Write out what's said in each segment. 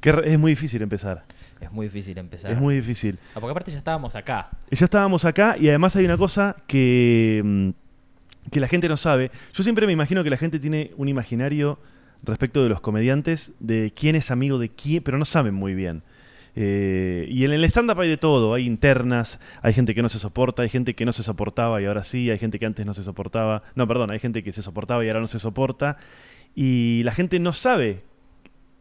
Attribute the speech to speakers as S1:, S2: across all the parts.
S1: Que re- es muy difícil empezar.
S2: Es muy difícil empezar.
S1: Es muy difícil.
S2: Ah, porque aparte ya estábamos acá.
S1: Ya estábamos acá y además hay una cosa que, mm, que la gente no sabe. Yo siempre me imagino que la gente tiene un imaginario respecto de los comediantes, de quién es amigo de quién, pero no saben muy bien. Eh, y en el stand-up hay de todo, hay internas, hay gente que no se soporta, hay gente que no se soportaba y ahora sí, hay gente que antes no se soportaba, no, perdón, hay gente que se soportaba y ahora no se soporta, y la gente no sabe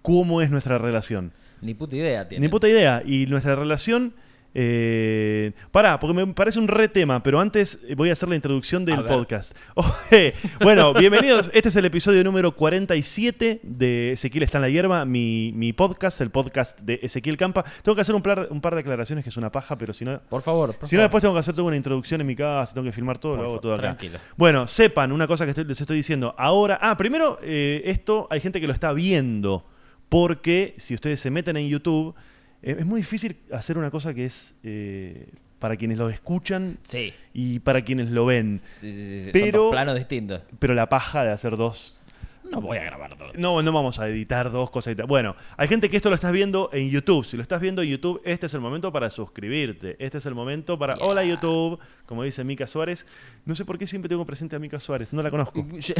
S1: cómo es nuestra relación.
S2: Ni puta idea tiene.
S1: Ni puta idea. Y nuestra relación. Eh, pará, porque me parece un re tema, pero antes eh, voy a hacer la introducción
S2: A
S1: del
S2: ver.
S1: podcast. Oje, bueno, bienvenidos. Este es el episodio número 47 de Ezequiel está en la hierba, mi, mi podcast, el podcast de Ezequiel Campa. Tengo que hacer un par, un par de aclaraciones que es una paja, pero si no,
S2: Por favor. por
S1: si no
S2: favor.
S1: después tengo que hacer toda una introducción en mi casa, tengo que filmar todo,
S2: Por
S1: lo hago
S2: favor,
S1: todo acá.
S2: Tranquilo.
S1: Bueno, sepan una cosa que estoy- les estoy diciendo. Ahora, ah, primero, eh, esto hay gente que lo está viendo. Porque si ustedes se meten en YouTube, eh, es muy difícil hacer una cosa que es eh, para quienes lo escuchan
S2: Sí.
S1: y para quienes lo ven.
S2: Sí, sí, sí, sí. Son
S1: Pero-
S2: dos planos distintos.
S1: Pero la paja de hacer dos.
S2: No voy a grabar todo.
S1: No, no vamos a editar dos cosas. y tal. Bueno, hay gente que esto lo estás viendo en YouTube. Si lo estás viendo en YouTube, este es el momento para suscribirte. Este es el momento para.
S2: Yeah.
S1: Hola, YouTube. Como dice Mica Suárez. No sé por qué siempre tengo presente a Mica Suárez. No la conozco.
S2: Yo, yo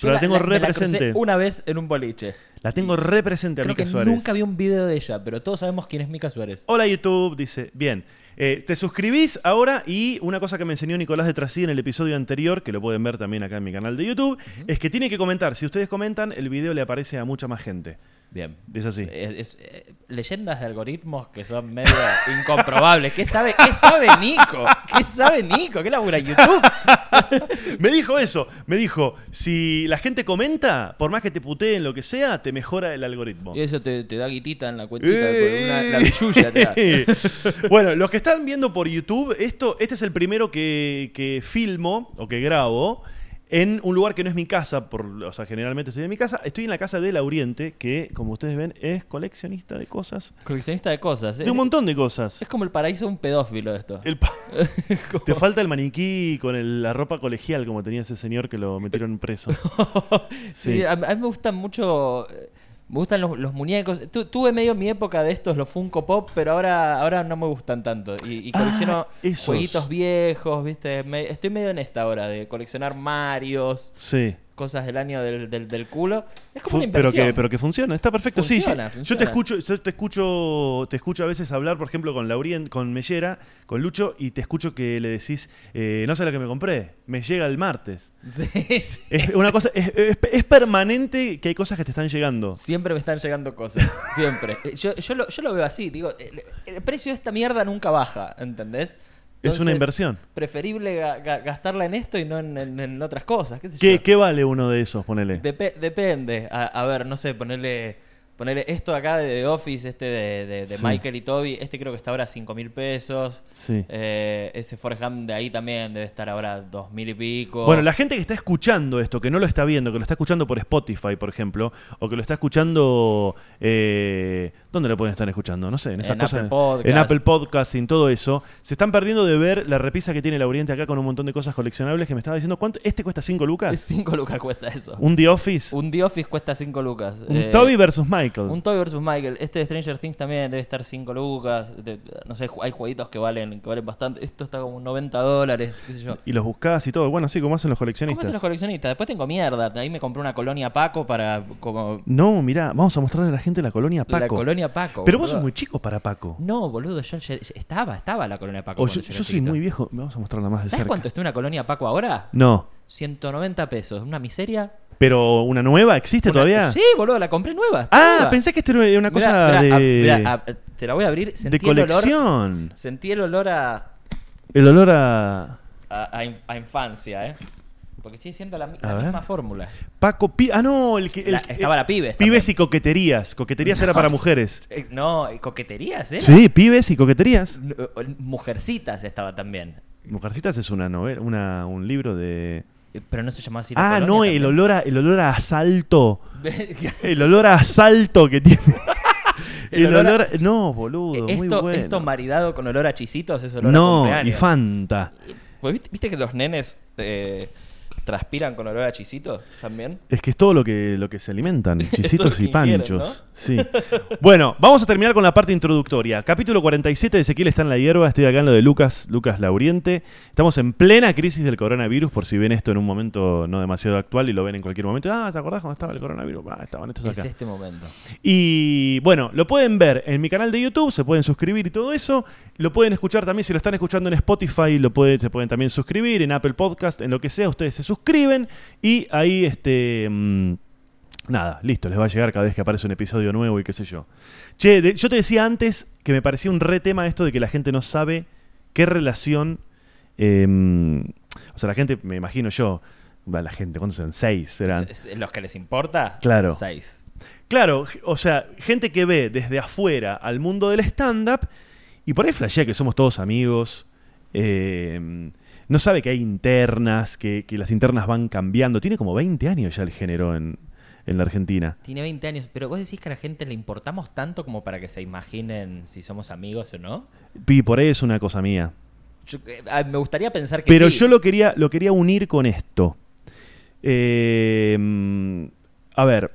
S1: Pero la tengo re
S2: me la crucé
S1: presente.
S2: una vez en un boliche.
S1: La tengo represente a
S2: Creo
S1: Mica
S2: que
S1: Suárez.
S2: nunca vi un video de ella, pero todos sabemos quién es Mica Suárez.
S1: Hola YouTube, dice. Bien. Eh, te suscribís ahora y una cosa que me enseñó Nicolás de Trasí en el episodio anterior, que lo pueden ver también acá en mi canal de YouTube, es que tiene que comentar. Si ustedes comentan, el video le aparece a mucha más gente.
S2: Bien.
S1: Es así.
S2: Es- es- eh, leyendas de algoritmos que son medio incomprobables. ¿Qué sabe, ¿Qué sabe Nico? ¿Qué sabe Nico? ¿Qué labura YouTube?
S1: Me dijo eso. Me dijo, si la gente comenta, por más que te puteen lo que sea, te mejora el algoritmo.
S2: Y eso te, te da guitita en la cuentita.
S1: Eh.
S2: Una, la billulla te da.
S1: bueno, los que están viendo por YouTube, esto, este es el primero que, que filmo o que grabo en un lugar que no es mi casa, por, o sea, generalmente estoy en mi casa, estoy en la casa de Lauriente, que como ustedes ven es coleccionista de cosas,
S2: Coleccionista de cosas.
S1: de un montón de cosas.
S2: Es como el paraíso de un pedófilo esto.
S1: El pa- Te falta el maniquí con el- la ropa colegial como tenía ese señor que lo metieron preso.
S2: Sí,
S1: Sí.
S2: a, a mí me gustan mucho. eh, Me gustan los, los muñecos. Tu- tuve medio mi época de estos, los Funko Pop, pero ahora, ahora no me gustan tanto. Y, y
S1: Ah,
S2: colecciono
S1: esos.
S2: jueguitos viejos, ¿viste? Me- estoy medio en esta ahora de coleccionar Marios,
S1: Sí.
S2: cosas del año del, del- del culo. Es
S1: Fu-
S2: como una
S1: pero
S2: inversión.
S1: que pero que funciona está perfecto Sí,
S2: Funciona,
S1: sí yo te
S2: funciona.
S1: escucho yo te escucho te escucho a veces hablar por ejemplo con Laurien con Mellera con Lucho y te escucho que le decís eh, no sé lo que me compré me llega el martes
S2: Sí, sí.
S1: es una cosa es, es- es permanente que hay cosas que te están llegando
S2: Siempre me están llegando cosas. Siempre. Eh, Yo, yo, lo, yo lo veo así. Digo, el, el precio de esta mierda nunca baja, ¿entendés?
S1: Es una
S2: Entonces,
S1: inversión.
S2: Preferible ga- ga- gastarla en esto y no en, en- en otras cosas. ¿Qué sé
S1: ¿Qué,
S2: yo?
S1: qué vale uno de esos ponele
S2: Depe- depende. A, a ver, no sé, ponerle, ponerle esto de acá de The Office, este de, de- de
S1: Sí.
S2: Michael y Toby. Este creo que está ahora a 5 mil pesos.
S1: Sí.
S2: Eh, ese Forrest Gump de ahí también debe estar ahora a 2 mil y pico.
S1: Bueno, la gente que está escuchando esto, que no lo está viendo, que lo está escuchando por Spotify, por ejemplo, o que lo está escuchando. eh, ¿Dónde lo pueden estar escuchando? No sé, en esas
S2: En
S1: cosas.
S2: Apple Podcast.
S1: En Apple Podcast, en todo eso. Se están perdiendo de ver la repisa que tiene la Oriente acá con un montón de cosas coleccionables que me estaba diciendo. ¿Cuánto? ¿Este cuesta 5 lucas?
S2: 5 lucas cuesta eso.
S1: ¿Un The Office? Un,
S2: Un The Office cuesta 5 lucas. Eh,
S1: Toby versus Michael.
S2: Un Toby versus Michael. Este de Stranger Things también debe estar 5 lucas. De- no sé, ju- hay jueguitos que valen, que valen bastante. Esto está como 90 dólares, qué sé yo.
S1: y los buscás y todo. Bueno, sí, como hacen los
S2: ¿Cómo
S1: coleccionistas.
S2: hacen los coleccionistas? Después tengo mierda. Ahí me compré una colonia Paco para como
S1: no, mirá, vamos a mostrarle a la gente la colonia Paco.
S2: la colonia Paco.
S1: Pero vos
S2: boludo.
S1: sos muy chico para Paco.
S2: No, boludo, yo, ya- ya- estaba, estaba la colonia Paco.
S1: O
S2: cuando
S1: yo,
S2: yo era
S1: yo soy
S2: chiquito.
S1: muy viejo. Vamos a mostrarla más de
S2: ¿Sabes
S1: cerca.
S2: cuánto está una colonia Paco ahora?
S1: No.
S2: 190 pesos, una miseria.
S1: ¿Pero una nueva existe
S2: Una-
S1: todavía?
S2: Sí, boludo, la compré nueva. está
S1: Ah,
S2: nueva.
S1: pensé que esto era una
S2: Mirá,
S1: cosa
S2: mirá, a-
S1: de,
S2: mirá, ah. a- te la voy a abrir.
S1: de
S2: Sentí el olor-
S1: colección.
S2: sentí el olor a.
S1: El olor a
S2: a, a in- a infancia, ¿eh? Porque sigue siendo la, mi-
S1: A
S2: la
S1: ver.
S2: misma fórmula.
S1: Paco Pi... Ah, no, el que... el
S2: La-
S1: que-
S2: estaba
S1: eh,
S2: la Pibes
S1: Pibes
S2: también.
S1: y coqueterías. Coqueterías era para mujeres.
S2: Eh, no, eh, coqueterías, ¿eh?
S1: Sí, pibes y coqueterías.
S2: N- eh, Mujercitas estaba también.
S1: Mujercitas es una novela, una, un libro de...
S2: Eh, Pero no se llamaba así. la
S1: Ah,
S2: colonia
S1: no,
S2: también.
S1: el olor, a, el olor a asalto. El olor a asalto que tiene.
S2: El
S1: El,
S2: olor
S1: olor...
S2: a-
S1: a- No, boludo, muy
S2: esto,
S1: bueno.
S2: esto maridado con olor a chisitos es olor a
S1: no, y
S2: cumpleaños.
S1: Fanta.
S2: Pues, ¿viste, viste que los nenes eh, ¿Transpiran con olor a chisitos también?
S1: Es que es todo lo que, lo que se alimentan, chisitos
S2: que
S1: y
S2: ingieren,
S1: panchos. Sí. Bueno, vamos a terminar con la parte introductoria. Capítulo 47 de Ezequiel está en la hierba, estoy acá en lo de Lucas, Lucas Lauriente. Estamos en plena crisis del coronavirus, por si ven esto en un momento no demasiado actual y lo ven en cualquier momento. Ah, ¿te acordás cuando estaba el coronavirus? Ah, estaban estos
S2: Es
S1: acá.
S2: este momento.
S1: Y bueno, lo pueden ver en mi canal de YouTube, se pueden suscribir y todo eso. Lo pueden escuchar también, si lo están escuchando en Spotify, lo pueden, se pueden también suscribir, en Apple Podcast, en lo que sea, ustedes se suscriben y ahí este... mm, Nada, listo, les va a llegar cada vez que aparece un episodio nuevo y qué sé yo. Che, de- yo te decía antes que me parecía un re tema esto de que la gente no sabe qué relación. em, o sea, la gente, me imagino yo, va, la gente, ¿cuántos eran? Seis eran.
S2: Es- es- ¿Los que les importa?
S1: Claro.
S2: Seis.
S1: Claro, g- o sea, gente que ve desde afuera al mundo del stand-up y por ahí flashea que somos todos amigos. eh, no sabe que hay internas, que, que las internas van cambiando. Tiene como 20 años ya el género en, en la Argentina.
S2: Tiene 20 años, pero vos decís que a la gente le importamos tanto como para que se imaginen si somos amigos o no.
S1: Y por ahí es una cosa mía.
S2: Yo- eh, ah, me gustaría pensar que
S1: Pero
S2: sí.
S1: yo lo quería, lo quería unir con esto. Eh, mm, a ver.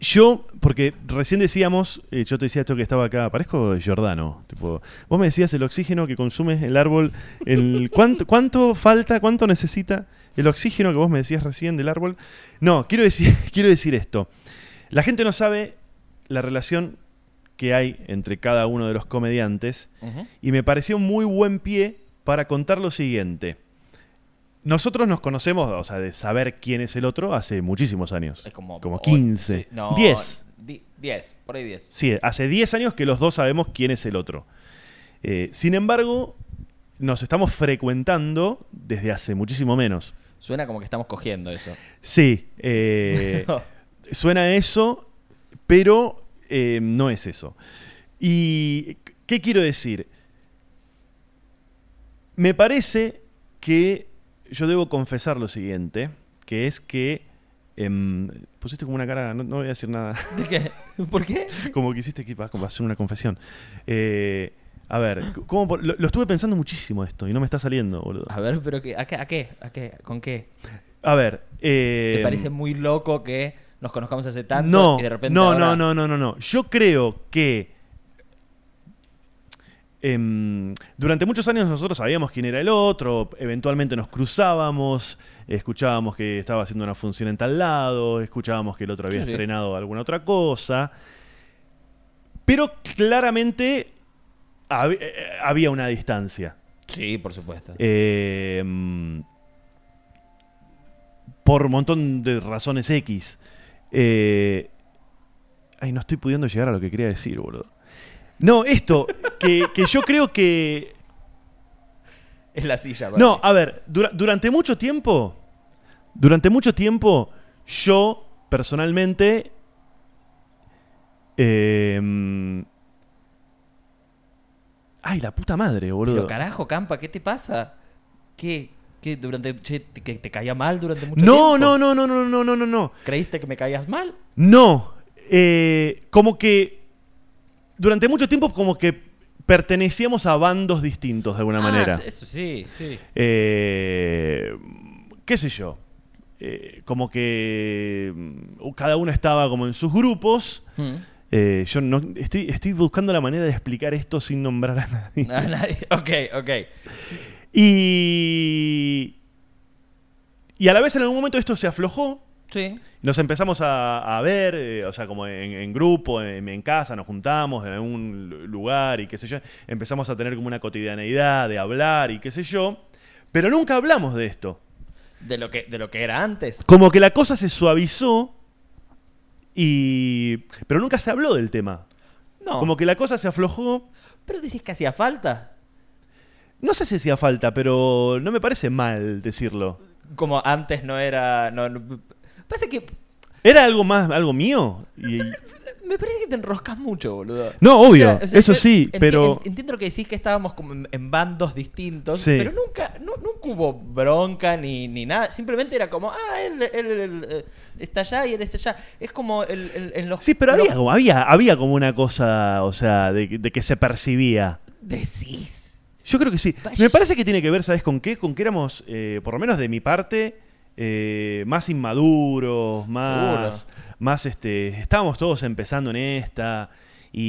S1: Yo, porque recién decíamos, eh, yo te decía esto que estaba acá, parezco Giordano. Tipo, vos me decías el oxígeno que consumes el árbol, el cuánto, cuánto falta, cuánto necesita el oxígeno que vos me decías recién del árbol. No, quiero decir, quiero decir esto. La gente no sabe la relación que hay entre cada uno de los comediantes
S2: Ujú.
S1: y me pareció un muy buen pie para contar lo siguiente. Nosotros nos conocemos, o sea, de saber quién es el otro hace muchísimos años.
S2: Es como, o-
S1: 15.
S2: sí, no,
S1: 10.
S2: di- 10, por ahí 10.
S1: Sí, hace 10 años que los dos sabemos quién es el otro. Eh, sin embargo, nos estamos frecuentando desde hace muchísimo menos.
S2: Suena como que estamos cogiendo eso.
S1: Sí, eh, suena a eso, pero eh, no es eso. ¿Y qué quiero decir? Me parece que yo debo confesar lo siguiente, que es que... em, pusiste como una cara, no, no voy a decir nada,
S2: ¿De qué? ¿Por qué?
S1: como que hiciste que vas a hacer una confesión. Eh, a ver, ¿cómo por- lo, lo estuve pensando muchísimo esto y no me está saliendo, boludo.
S2: A ver, pero que, ¿a, qué, ¿a qué? ¿A qué? ¿Con qué?
S1: A ver,
S2: ¿Te
S1: eh,
S2: parece muy loco que nos conozcamos hace tanto
S1: no,
S2: y de repente
S1: no,
S2: ahora-
S1: no, no, no, no, no. Yo creo que em, durante muchos años nosotros sabíamos quién era el otro, eventualmente nos cruzábamos, escuchábamos que estaba haciendo una función en tal lado, escuchábamos que el otro había
S2: Sí, sí.
S1: estrenado alguna otra cosa. Pero claramente hab- eh, había una distancia.
S2: Sí, por supuesto.
S1: Eh, mm, por un montón de razones X. Eh, ay, no estoy pudiendo llegar a lo que quería decir, boludo. No, esto, que, que yo creo que...
S2: es la silla. para
S1: No, ah,
S2: mí.
S1: a ver, dura- durante mucho tiempo, durante mucho tiempo, yo personalmente... eh, mm, ay, la puta madre, boludo.
S2: Pero carajo, Campa, ¿qué te pasa? ¿Qué? ¿Qué durante, che, te, que te caía mal durante mucho tiempo?
S1: No, no, no, no, no, no, no, no, no.
S2: ¿Creíste que me caías mal?
S1: No, eh, como que durante mucho tiempo como que pertenecíamos a bandos distintos de alguna
S2: Ah,
S1: manera.
S2: sí, Eso sí, sí.
S1: Eh, ¿Qué sé yo? Eh, como que mm, cada uno estaba como en sus grupos.
S2: Mm.
S1: Eh, yo no estoy, estoy buscando la manera de explicar esto sin nombrar a nadie.
S2: No, nadie- Ok, ok.
S1: Y, y a la vez en algún momento esto se aflojó.
S2: Sí.
S1: Nos empezamos a, a ver, eh, o sea, como en, en grupo, en, en casa, nos juntamos en algún lu- lugar y qué sé yo. Empezamos a tener como una cotidianeidad de hablar y qué sé yo. Pero nunca hablamos de esto.
S2: De lo que, de lo que era antes.
S1: Como que la cosa se suavizó y... Pero nunca se habló del tema.
S2: No.
S1: Como que la cosa se aflojó.
S2: Pero decís que hacía falta.
S1: No sé si hacía falta, pero no me parece mal decirlo.
S2: Como antes no era. No, no- Pasa que.
S1: ¿Era algo más, algo mío? Y-
S2: Me parece que te enroscas mucho, boludo.
S1: No, obvio, eso sí,
S2: enti-
S1: pero-
S2: en- Entiendo lo que decís que estábamos como en, en bandos distintos,
S1: Sí.
S2: pero nunca, nu- nunca hubo bronca ni, ni nada. Simplemente era como, ah, él, él- él, eh, está allá y él está allá. Es como el, el- en los.
S1: Sí, pero
S2: los-
S1: había, como- había, había como una cosa, o sea, de- de que se percibía.
S2: Decís.
S1: Yo creo que sí.
S2: Vaya.
S1: Me parece que tiene que ver, ¿sabes con qué? Con que éramos, eh, por lo menos de mi parte, eh, más inmaduros, más. Más este. Estábamos todos empezando en esta.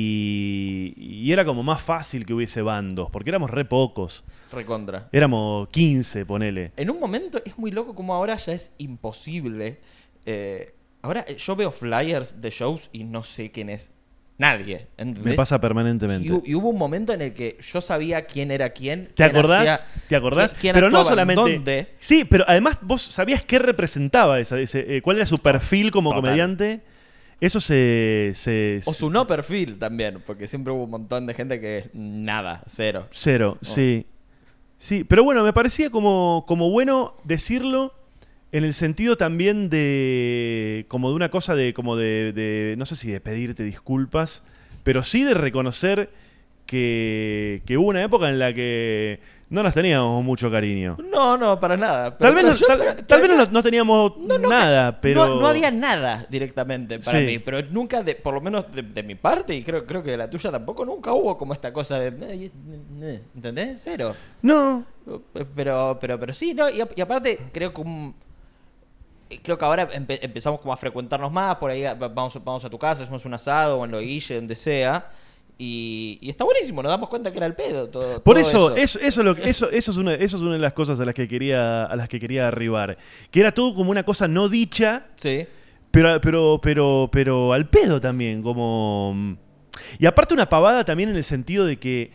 S1: Y, y era como más fácil que hubiese bandos, porque éramos re pocos.
S2: Recontra.
S1: Éramos 15, ponele.
S2: En un momento es muy loco como ahora ya es imposible. eh, ahora eh, yo veo flyers de shows y no sé quién es nadie.
S1: Me
S2: ¿entendés?
S1: pasa
S2: Y,
S1: permanentemente.
S2: hu- y hubo un momento en el que yo sabía quién era quién.
S1: ¿Te
S2: quién
S1: acordás?
S2: hacía-
S1: ¿Te acordás?
S2: quién- quién
S1: pero no
S2: actuaba en
S1: solamente.
S2: dónde.
S1: Sí, pero además vos sabías qué representaba esa, ese, eh, cuál era su perfil como
S2: Total.
S1: comediante. Eso se. se-
S2: O su no perfil también, porque siempre hubo un montón de gente que es nada, cero.
S1: Cero, sí. Sí, pero bueno, me parecía como, como bueno decirlo en el sentido también de. como de una cosa de. como de. de- no sé si de pedirte disculpas, pero sí de reconocer que, que hubo una época en la que no nos teníamos mucho cariño.
S2: No, no, para nada. Pero-
S1: Tal vez,
S2: pero
S1: no,
S2: yo-
S1: tal,
S2: pero-
S1: tal
S2: pero
S1: vez no, no teníamos
S2: no,
S1: nada, pero.
S2: No, no había nada directamente para
S1: Sí.
S2: mí, pero nunca, de, por lo menos de, de mi parte, y creo, creo que de la tuya tampoco, nunca hubo como esta cosa de... "Eh, eh, eh", ¿Entendés? Cero.
S1: No.
S2: Eh, Pero, pero, pero sí, ¿no? Y, a- y aparte, creo que un- eh, Creo que ahora empe- empezamos como a frecuentarnos más, por ahí va- vamos, vamos a tu casa, hacemos un asado o en lo guille, donde sea. Y, y está buenísimo, nos damos cuenta que era el pedo todo.
S1: Por
S2: todo
S1: eso, eso, eso, lo- eso, eso es una, eso es una de las cosas a las que quería, a las que quería arribar. Que era todo como una cosa no dicha,
S2: Sí.
S1: pero, pero, pero, pero al pedo también, como. Y aparte una pavada también en el sentido de que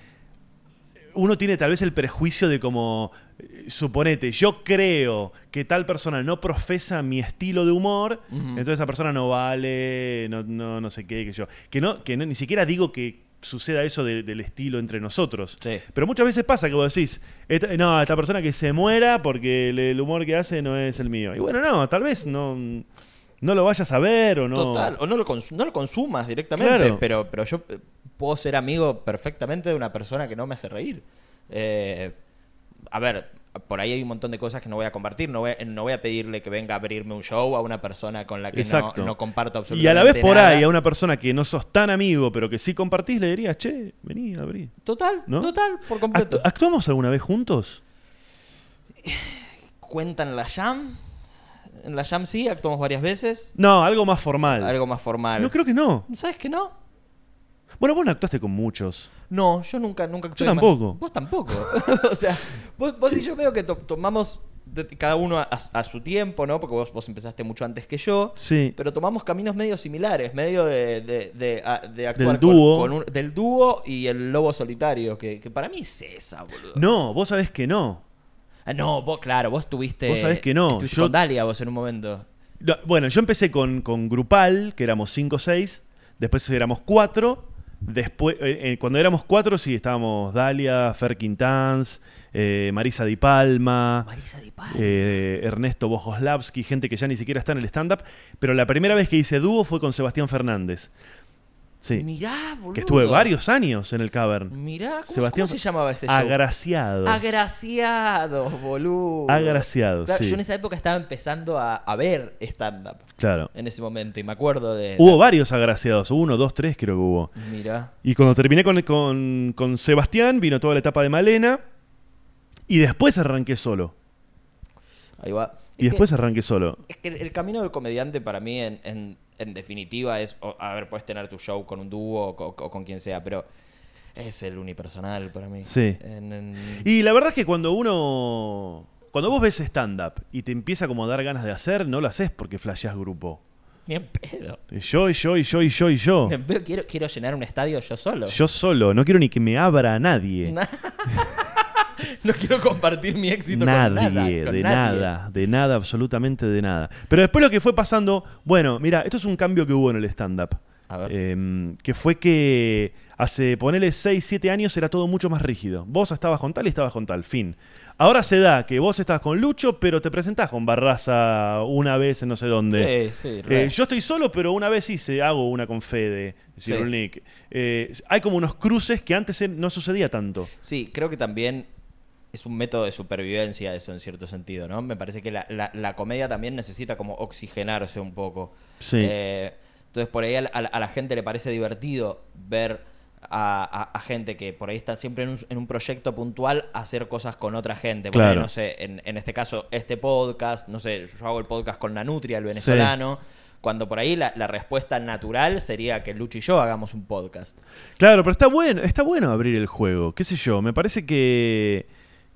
S1: uno tiene tal vez el prejuicio de como. eh, Suponete, yo creo que tal persona no profesa mi estilo de humor,
S2: Ujú.
S1: entonces esa persona no vale, no, no, no sé qué, que yo. Que no, que no- ni siquiera digo que suceda eso de- del estilo entre nosotros.
S2: Sí.
S1: Pero muchas veces pasa que vos decís, "Esta- no, esta persona que se muera porque el, el humor que hace no es el mío. Y bueno, no, tal vez no, no lo vayas a ver o no.
S2: Total, o no lo, cons- no lo consumas directamente,
S1: Claro.
S2: pero, pero yo eh, puedo ser amigo perfectamente de una persona que no me hace reír. Eh, a ver, por ahí hay un montón de cosas que no voy a compartir, no voy a, no voy a pedirle que venga a abrirme un show a una persona con la que no,
S1: Exacto.
S2: no comparto
S1: Y
S2: absolutamente
S1: a la vez por
S2: nada.
S1: ahí a una persona que no sos tan amigo, pero que sí compartís, le dirías, che, vení, abrí.
S2: Total,
S1: ¿No?
S2: total, por completo.
S1: Actu- ¿Actuamos alguna vez juntos?
S2: Cuenta en la jam. En la jam sí, actuamos varias veces.
S1: No, algo más formal.
S2: Algo más formal.
S1: No, creo que no.
S2: ¿Sabes que no?
S1: Bueno, vos no actuaste con muchos.
S2: No, yo nunca, nunca actué más.
S1: tampoco.
S2: Vos tampoco. o sea, vos, vos y yo veo que to- tomamos de- cada uno a, a su tiempo, ¿no? Porque vos, vos empezaste mucho antes que yo.
S1: Sí.
S2: Pero tomamos caminos medio similares, medio de, de, de- a- de actuar
S1: Del dúo.
S2: Con, con un- del dúo y el lobo solitario, que, que para mí es esa, boludo.
S1: No, vos sabés que no.
S2: Ah, no, vos, claro, vos tuviste.
S1: Vos sabés que no,
S2: estuviste
S1: yo-
S2: con Dalia vos en un momento.
S1: No, Bueno, yo empecé con, con Grupal, que éramos 5 o 6, después éramos 4, después, eh, eh, cuando éramos 4 sí estábamos Dalia, Fer Quintanz, eh, Marisa Di Palma,
S2: Marisa de Paz.
S1: eh, Ernesto Bojoslavski, gente que ya ni siquiera está en el stand-up, pero la primera vez que hice dúo fue con Sebastián Fernández. Sí,
S2: Mirá, boludo.
S1: que estuve varios años en el Cavern.
S2: Mirá, ¿cómo,
S1: Sebastián
S2: cómo se llamaba ese show?
S1: Agraciados.
S2: Agraciados, boludo.
S1: Agraciados,
S2: Claro,
S1: sí.
S2: Yo en esa época estaba empezando a, a ver stand-up
S1: Claro.
S2: en ese momento y me acuerdo de.
S1: Hubo varios agraciados, uno, dos, tres creo que hubo.
S2: Mira.
S1: Y cuando terminé con, con- con Sebastián, vino toda la etapa de Malena. Y después arranqué solo.
S2: Ahí va.
S1: Y
S2: Es
S1: después
S2: que-
S1: arranqué solo.
S2: Es que el- el camino del comediante para mí, en, en- en definitiva, es. o- a ver, puedes tener tu show con un dúo o, co- o con quien sea, pero es el unipersonal para mí.
S1: Sí.
S2: En- en-
S1: Y la verdad es que cuando uno. Cuando vos ves stand-up y te empieza como a dar ganas de hacer, no lo haces porque flasheás grupo.
S2: Ni en pedo.
S1: Yo, y yo, y yo, y yo, y yo.
S2: Ni en pedo. Quiero, quiero llenar un estadio yo solo.
S1: Oh. Yo solo. No quiero ni que me abra a nadie.
S2: Na- no quiero compartir mi éxito con
S1: nadie,
S2: nada. con
S1: de
S2: nadie.
S1: nada, de nada, absolutamente de nada. Pero después lo que fue pasando, bueno, mira, esto es un cambio que hubo en el stand-up.
S2: A ver.
S1: Em, que fue que hace, ponele 6, 7 años era todo mucho más rígido. Vos estabas con tal y estabas con tal, fin. Ahora se da que vos estás con Lucho, pero te presentás con Barraza una vez en no sé dónde.
S2: Sí, sí, re.
S1: Eh, yo estoy solo, pero una vez hice, hago una con Fede,
S2: Sí.
S1: Cirulnik. Eh, hay como unos cruces que antes eh, no sucedía tanto.
S2: Sí, creo que también es un método de supervivencia eso en cierto sentido, ¿no? Me parece que la, la- la comedia también necesita como oxigenarse un poco.
S1: Sí.
S2: Eh, entonces por ahí a la, a la- a la gente le parece divertido ver a, a- a gente que por ahí está siempre en un, en un proyecto puntual a hacer cosas con otra gente. Por ahí,
S1: Claro.
S2: no sé, en, en este caso, este podcast, no sé, yo hago el podcast con Nanutria, el venezolano. Cuando por ahí la, la respuesta natural sería que Lucho y yo hagamos un podcast.
S1: Claro, pero está bueno, está bueno abrir el juego, qué sé yo, me parece que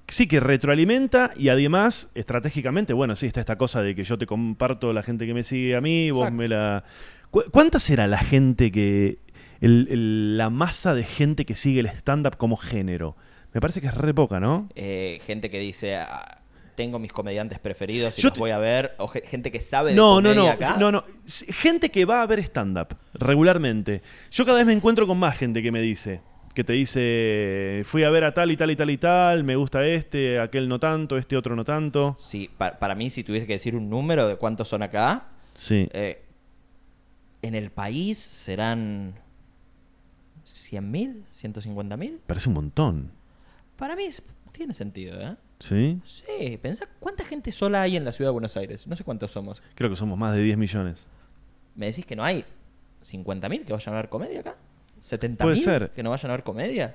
S1: sí que retroalimenta y además estratégicamente, bueno, sí, está esta cosa de que yo te comparto la gente que me sigue a mí, vos
S2: Exacto.
S1: me la ¿Cu- ¿Cuánta será la gente que el- el- la masa de gente que sigue el stand up como género? Me parece que es re poca, ¿no?
S2: Eh, gente que dice, "Ah, tengo mis comediantes preferidos y
S1: Yo
S2: los
S1: te-
S2: voy a ver. O ge- gente que sabe de
S1: No, no,
S2: comedia
S1: no,
S2: acá.
S1: no, no. S- Gente que va a ver stand-up regularmente. Yo cada vez me encuentro con más gente que me dice, que te dice, fui a ver a tal y tal y tal y tal, me gusta este, aquel no tanto, este otro no tanto.
S2: Sí, pa- para mí, si tuviese que decir un número de cuántos son acá,
S1: Sí.
S2: eh, en el país serán 100.000, 150.000.
S1: Parece un montón,
S2: Para mí es- tiene sentido, ¿eh?
S1: ¿sí?
S2: Sí, pensá cuánta gente sola hay en la ciudad de Buenos Aires. No sé cuántos somos.
S1: Creo que somos más de 10 millones.
S2: ¿Me decís que no hay 50.000 que vayan a ver comedia acá?
S1: Puede
S2: ¿70.000
S1: ser.
S2: que no vayan a ver comedia?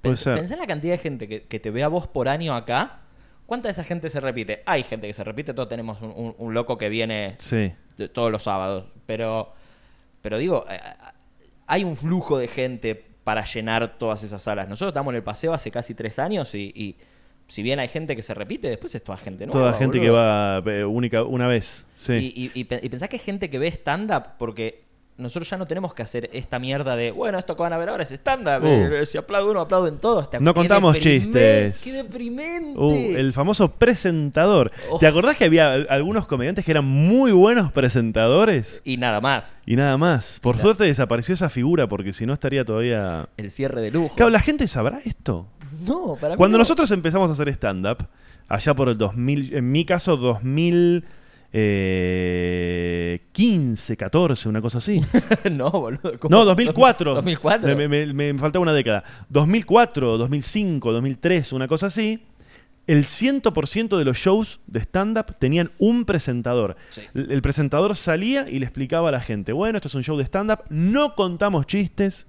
S1: Puede
S2: Pensá,
S1: ser.
S2: pensá en la cantidad de gente que, que te ve a vos por año acá. ¿Cuánta de esa gente se repite? Hay gente que se repite, todos tenemos un, un- un loco que viene
S1: Sí.
S2: de- todos los sábados. Pero, pero digo, eh, hay un flujo de gente para llenar todas esas salas. Nosotros estamos en el paseo hace casi tres años y, y si bien hay gente que se repite, después es toda gente nueva.
S1: Toda gente que
S2: boludo.
S1: va eh, única una vez. Sí.
S2: Y, y- y pe- y pensás que hay gente que ve stand-up porque nosotros ya no tenemos que hacer esta mierda de, bueno, esto que van a ver ahora es stand-up.
S1: Uh.
S2: eh, si aplaude uno, aplauden todos. ¿Te-
S1: No
S2: qué
S1: contamos
S2: deprimen-
S1: chistes.
S2: ¡Qué deprimente!
S1: Uh, el famoso presentador.
S2: Oh.
S1: ¿Te acordás que había al- algunos comediantes que eran muy buenos presentadores?
S2: Y nada más.
S1: Y nada más. Por suerte desapareció esa figura porque si no estaría todavía...
S2: El cierre de lujo.
S1: Claro, la gente sabrá esto.
S2: No, para mí
S1: Cuando
S2: no.
S1: nosotros empezamos a hacer stand-up, allá por el 2000, en mi caso 2015, 14, eh, una cosa así.
S2: no, boludo. ¿cómo?
S1: No, 2004.
S2: 2004.
S1: Me, me- me- me faltaba una década. 2004, 2005, 2003, una cosa así. El 100% de los shows de stand-up tenían un presentador.
S2: Sí.
S1: El, el presentador salía y le explicaba a la gente, bueno, esto es un show de stand-up, no contamos chistes,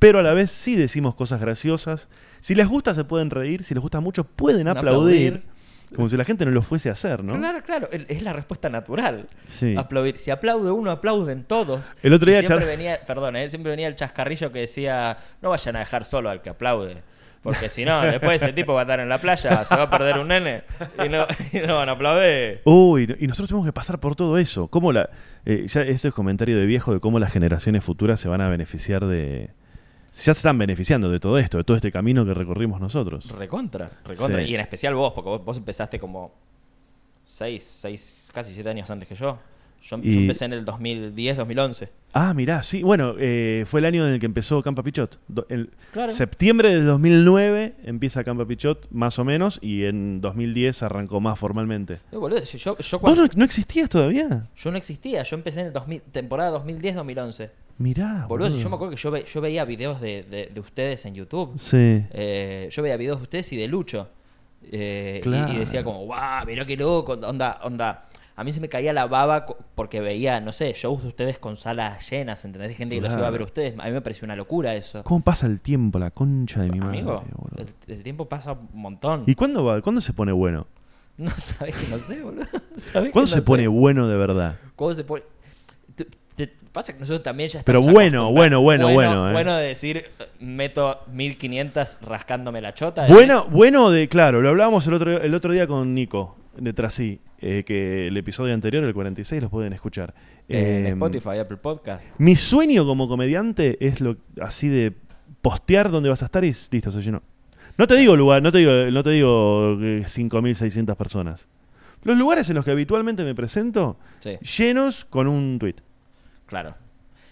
S1: pero a la vez sí decimos cosas graciosas. Si les gusta se pueden reír, si les gusta mucho pueden aplaudir.
S2: aplaudir.
S1: Como si la gente no lo fuese a hacer, ¿no?
S2: Claro, claro, el- es la respuesta natural.
S1: Sí.
S2: Aplaudir. Si aplaude uno, aplauden todos.
S1: El otro
S2: Y
S1: día char-
S2: siempre venía, perdón, eh, siempre venía el chascarrillo que decía, no vayan a dejar solo al que aplaude. Porque si no, después ese tipo va a estar en la playa, se va a perder un nene y no, y no van a aplaudir.
S1: Uy, no- y nosotros tenemos que pasar por todo eso. ¿Cómo la, eh, ya este es comentario de viejo de cómo las generaciones futuras se van a beneficiar de... Ya se están beneficiando de todo esto, de todo este camino que recorrimos nosotros.
S2: Recontra, recontra.
S1: Sí.
S2: Y en especial vos, porque vos, vos empezaste como seis, seis, casi siete años antes que yo. Yo, yo
S1: Y-
S2: empecé en el 2010, 2011.
S1: Ah, mirá, sí. Bueno, eh, fue el año en el que empezó Campa Pichot. Do- el
S2: Claro.
S1: Septiembre de 2009 empieza Campa Pichot, más o menos, y en 2010 arrancó más formalmente.
S2: Eh, boludo, si yo, yo
S1: ¿Vos
S2: cuando-
S1: no, no existías todavía?
S2: Yo no existía, yo empecé en el 2000, temporada 2010-2011.
S1: Mirá.
S2: Ah, Boludo, si
S1: boludo.
S2: yo me acuerdo que yo, ve- yo veía videos de, de- de ustedes en YouTube.
S1: Sí.
S2: Eh, yo veía videos de ustedes y de Lucho. Eh, y- y,
S1: Claro.
S2: decía como, guau, mirá qué loco, onda, onda. A mí se me caía la baba co- porque veía, no sé, shows de ustedes con salas llenas, ¿entendés? Gente que los iba a
S1: Claro.
S2: ver a ustedes. A mí me pareció una locura eso.
S1: ¿Cómo pasa el tiempo, la concha de mi madre?
S2: Amigo,
S1: boludo?
S2: el, el tiempo pasa un montón.
S1: ¿Y cuándo va? ¿Cuándo se pone bueno?
S2: No sabés que no sé, boludo. Sabés que
S1: ¿Cuándo
S2: no
S1: se
S2: sé.
S1: pone bueno de verdad?
S2: ¿Cómo se pone? Te- te- pasa que nosotros también ya
S1: Pero
S2: estamos
S1: bueno,
S2: acostumbrados.
S1: bueno, bueno, bueno, eh.
S2: Bueno de decir, eh, meto 1500 rascándome la chota. ¿eh?
S1: Bueno, bueno de, claro, lo hablábamos el otro, el otro día con Nico de Trasí, eh, que el episodio anterior, el 46, los pueden escuchar.
S2: En
S1: Eh,
S2: Spotify, Apple Podcast.
S1: Mi sueño como comediante es lo así de postear donde vas a estar y s- listo, se llenó. No te digo lugar, no te digo, no te digo eh, 5.600 personas. Los lugares en los que habitualmente me presento,
S2: Sí,
S1: llenos con un tweet.
S2: claro.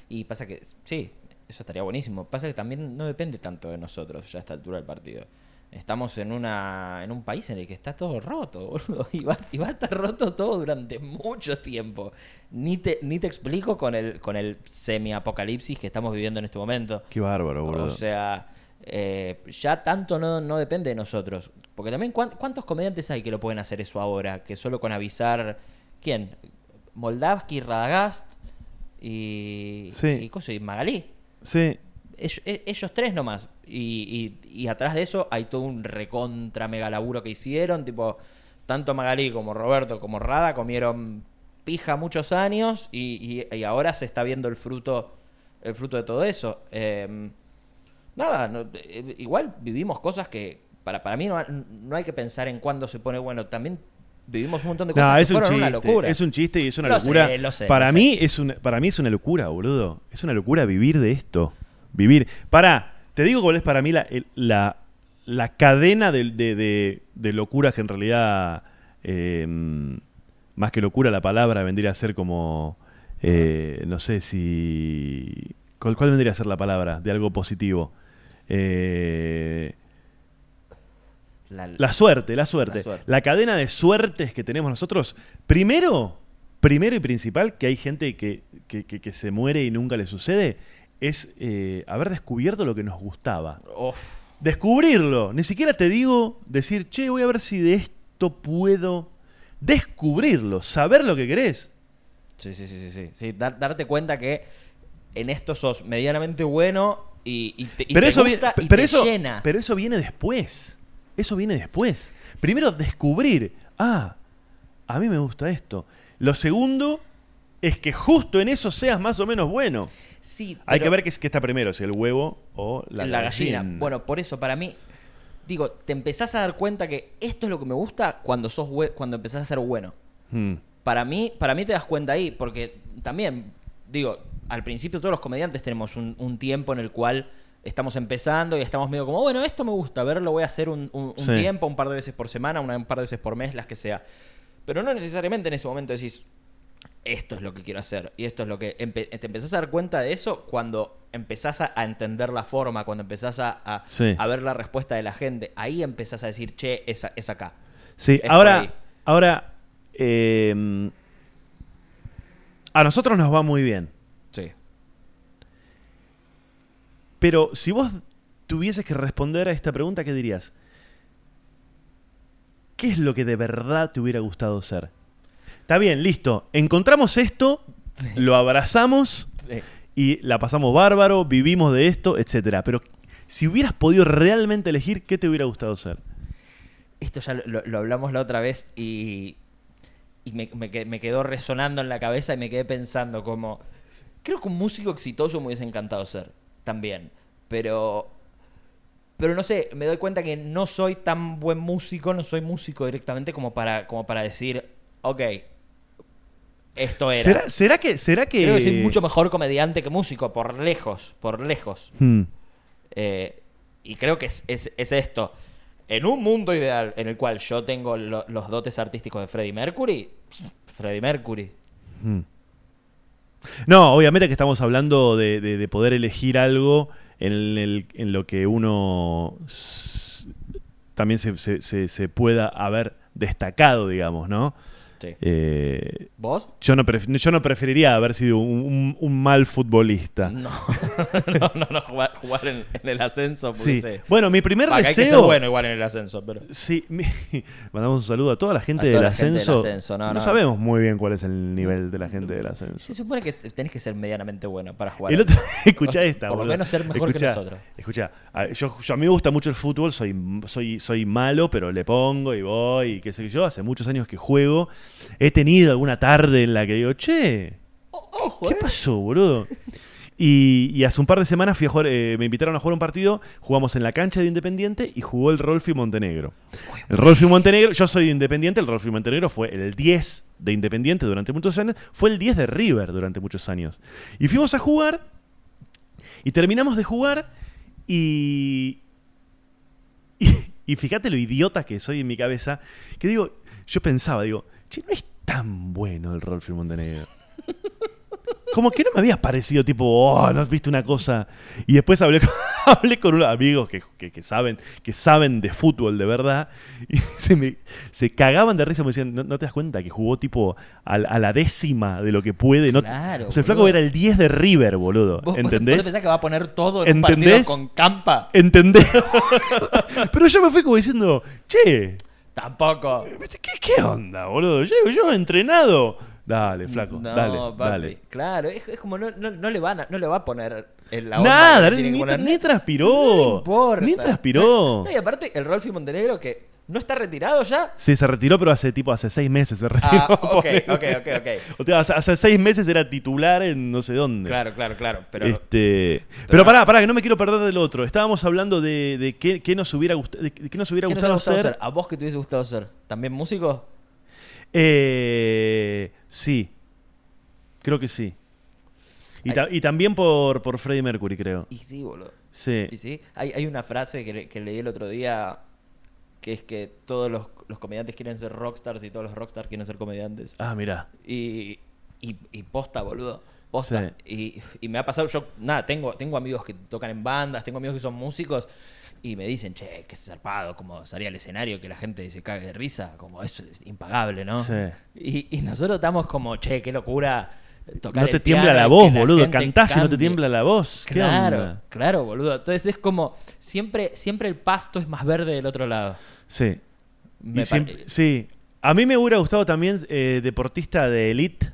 S2: Y pasa que, sí, eso estaría buenísimo. Pasa que también no depende tanto de nosotros ya a esta altura del partido. Estamos en una en un país en el que está todo roto, boludo. Y va, y va a estar roto todo durante mucho tiempo. Ni te, ni te explico con el, con el semi-apocalipsis que estamos viviendo en este momento.
S1: Qué bárbaro, boludo.
S2: O sea, eh, ya tanto no, no depende de nosotros. Porque también, ¿cuán- ¿cuántos comediantes hay que lo pueden hacer eso ahora? Que solo con avisar. ¿Quién? Moldavsky, Radagast y.
S1: Sí.
S2: Y, cosa, y Magalí.
S1: sí.
S2: es- es- ellos tres nomás. Y, y- y atrás de eso hay todo un recontra mega laburo que hicieron. Tipo, tanto Magalí como Roberto como Rada comieron pija muchos años y, y- y ahora se está viendo el fruto, el fruto de todo eso. Eh, nada, no- eh, igual vivimos cosas que para, para mí no, ha- no hay que pensar en cuándo se pone bueno. También vivimos un montón de cosas
S1: No,
S2: que
S1: es un
S2: fueron
S1: chiste.
S2: una locura.
S1: Es un chiste y es una
S2: Lo sé,
S1: locura.
S2: lo sé,
S1: para
S2: lo
S1: mí es una, para mí es una locura, boludo. Es una locura vivir de esto. Vivir. Pará, te digo cuál es para mí la, el- la, la cadena de, de- de- de locuras que en realidad. eh, más que locura, la palabra vendría a ser como. eh, no sé si. ¿cuál, cuál vendría a ser la palabra de algo positivo? Eh.
S2: La-
S1: La suerte, la suerte.
S2: La
S1: La,
S2: suerte.
S1: cadena de suertes que tenemos nosotros. Primero, primero y principal, que hay gente que, que- que- que se muere y nunca le sucede, es eh, haber descubierto lo que nos gustaba.
S2: Uf.
S1: Descubrirlo. Ni siquiera te digo decir, che, voy a ver si de esto puedo. Descubrirlo, saber lo que querés.
S2: Sí, sí, sí, sí, sí. Sí, dar- darte cuenta que en esto sos medianamente bueno y, y te, y
S1: pero
S2: te
S1: eso
S2: gusta
S1: viene,
S2: y
S1: pero
S2: te
S1: eso,
S2: llena.
S1: pero eso viene después. Eso viene después. Primero descubrir, ah, a mí me gusta esto. Lo segundo es que justo en eso seas más o menos bueno.
S2: sí,
S1: Hay
S2: pero
S1: que ver qué, es- qué está primero, si el huevo o la,
S2: la, gallina. Bueno, por eso, para mí, digo, te empezás a dar cuenta que esto es lo que me gusta cuando sos bue- cuando empezás a ser bueno.
S1: Hmm.
S2: Para mí, para mí te das cuenta ahí, porque también, digo, al principio todos los comediantes tenemos un, un tiempo en el cual estamos empezando y estamos medio como, bueno, esto me gusta, a ver, lo voy a hacer un, un- un
S1: Sí.
S2: tiempo, un par de veces por semana, una, un par de veces por mes, las que sea. Pero no necesariamente en ese momento decís, esto es lo que quiero hacer y esto es lo que... empe- te empezás a dar cuenta de eso cuando empezás a, a entender la forma, cuando empezás a, a-
S1: Sí.
S2: a ver la respuesta de la gente. Ahí empezás a decir, che, es, a- es acá.
S1: Sí,
S2: Es por ahí.
S1: ahora, ahora eh, a nosotros nos va muy bien.
S2: Sí.
S1: Pero si vos tuvieses que responder a esta pregunta, ¿qué dirías? ¿Qué es lo que de verdad te hubiera gustado ser? Está bien, listo. Encontramos esto, lo abrazamos
S2: Sí.
S1: y la pasamos bárbaro, vivimos de esto, etcétera. Pero si hubieras podido realmente elegir, ¿qué te hubiera gustado ser?
S2: Esto ya lo- lo, lo hablamos la otra vez y, y me, me que- me quedó resonando en la cabeza y me quedé pensando como... Creo que un músico exitoso me hubiese encantado ser también, pero... Pero no sé, me doy cuenta que no soy tan buen músico, no soy músico directamente como para, como para decir, ok, esto era.
S1: ¿Será, será que, será que,
S2: Creo que soy mucho mejor comediante que músico, por lejos, por lejos.
S1: Hmm.
S2: Eh, y creo que es, es- es esto. En un mundo ideal en el cual yo tengo lo- los dotes artísticos de Freddie Mercury, pss, Freddie Mercury.
S1: Mm. No, obviamente que estamos hablando de, de- de poder elegir algo en, el- en lo que uno s- también se, se- se- se pueda haber destacado, digamos, ¿no?
S2: Sí.
S1: Eh,
S2: ¿Vos?
S1: yo, no pref- yo no preferiría haber sido un, un- un mal futbolista.
S2: No. no, no, no, jugar, jugar en, en el ascenso. Porque
S1: Sí.
S2: se-
S1: Bueno, mi primer
S2: Va, que hay que ser
S1: deseo...
S2: bueno igual en el ascenso, pero.
S1: Sí, mi- mandamos un saludo a toda la gente,
S2: A toda
S1: del,
S2: la gente del
S1: ascenso.
S2: ascenso, no, no.
S1: sabemos muy bien cuál es el nivel de la gente del ascenso.
S2: Se supone que t- tenés que ser medianamente bueno para jugar.
S1: El
S2: al-
S1: otro, escucha esta.
S2: Por lo
S1: boludo.
S2: menos ser mejor que
S1: Escuchá,
S2: nosotros.
S1: Escucha, yo, yo- a mí me gusta mucho el fútbol, soy, soy, soy malo, pero le pongo y voy y qué sé yo. Hace muchos años que juego. He tenido alguna tarde en la que digo, che,
S2: O- ojo,
S1: ¿qué
S2: eh.
S1: pasó, boludo? Y, y hace un par de semanas fui a jugar, eh, me invitaron a jugar un partido, jugamos en la cancha de Independiente y jugó el Rolfi Montenegro. El Rolfi Montenegro, yo soy de Independiente, el Rolfi Montenegro fue el 10 de Independiente durante muchos años, fue el 10 de River durante muchos años. Y fuimos a jugar y terminamos de jugar y, y, y fíjate lo idiota que soy en mi cabeza, que digo, yo pensaba, digo, che, no es tan bueno el Rolfi Montenegro. Como que no me había parecido tipo, oh, no has visto una cosa. Y después hablé con, hablé con unos amigos que, que- que saben, que saben de fútbol de verdad. Y se, me, se cagaban de risa, me decían, no, no te das cuenta que jugó tipo a, la- a la décima de lo que puede. No,
S2: Claro,
S1: o sea, el flaco era
S2: boludo.
S1: el 10 de River, boludo.
S2: ¿Vos, vos te- ¿Vos te
S1: ¿Entendés?
S2: pensás que va a poner todo en un partido
S1: ¿Entendés?
S2: con campa?
S1: ¿Entendés? Pero yo me fui como diciendo, che,
S2: Tampoco.
S1: ¿viste ¿qué, qué onda, boludo? Yo, yo he entrenado. Dale, flaco,
S2: No,
S1: dale,
S2: papi,
S1: dale.
S2: Claro, es, es como no, no, no le van a- no le va a poner el- la onda que
S1: Nada,
S2: le tienen
S1: ni,
S2: que poner.
S1: ni
S2: No
S1: transpiró.
S2: importa.
S1: Ni transpiró.
S2: No, y aparte, el Rolfi Montenegro que no está retirado ya.
S1: Sí, se retiró, pero hace tipo hace seis meses se retiró.
S2: Ah, ok,
S1: ponele.
S2: ok, ok, ok.
S1: O sea, hace, hace seis meses era titular en no sé dónde.
S2: Claro, claro, claro. Pero
S1: Este, pero pará, pará, que no me quiero perder del otro. Estábamos hablando de, de qué, qué nos hubiera gustado, de qué nos hubiera
S2: ¿qué nos
S1: gustado
S2: hubiera
S1: hacer.
S2: ser? ¿A vos que te hubiese gustado ser? ¿También músico?
S1: Eh, sí. Creo que sí. Y, ta- y también por, por Freddie Mercury, creo.
S2: Y sí, boludo.
S1: Sí.
S2: Y sí. Hay, hay una frase que, le- que leí el otro día que es que todos los, los comediantes quieren ser rockstars y todos los rockstars quieren ser comediantes.
S1: Ah, mirá.
S2: Y, y, y posta, boludo. Posta. Y, y me ha pasado, yo, nada, tengo, tengo amigos que tocan en bandas, tengo amigos que son músicos y me dicen, che, qué zarpado, como salía al escenario que la gente se cague de risa, como eso es impagable, ¿no?
S1: Sí.
S2: Y, y nosotros estamos como, che, qué locura. Tocar
S1: No te
S2: el piano
S1: tiembla
S2: y
S1: la
S2: que
S1: voz,
S2: la
S1: boludo.
S2: gente
S1: Cantás y no te
S2: cambie".
S1: tiembla la voz. ¿Qué
S2: Claro,
S1: onda?
S2: claro, boludo. Entonces es como, siempre, siempre el pasto es más verde del otro lado.
S1: Sí. Y
S2: Me
S1: siem-
S2: pare-
S1: sí. A mí me hubiera gustado también eh, deportista de elite,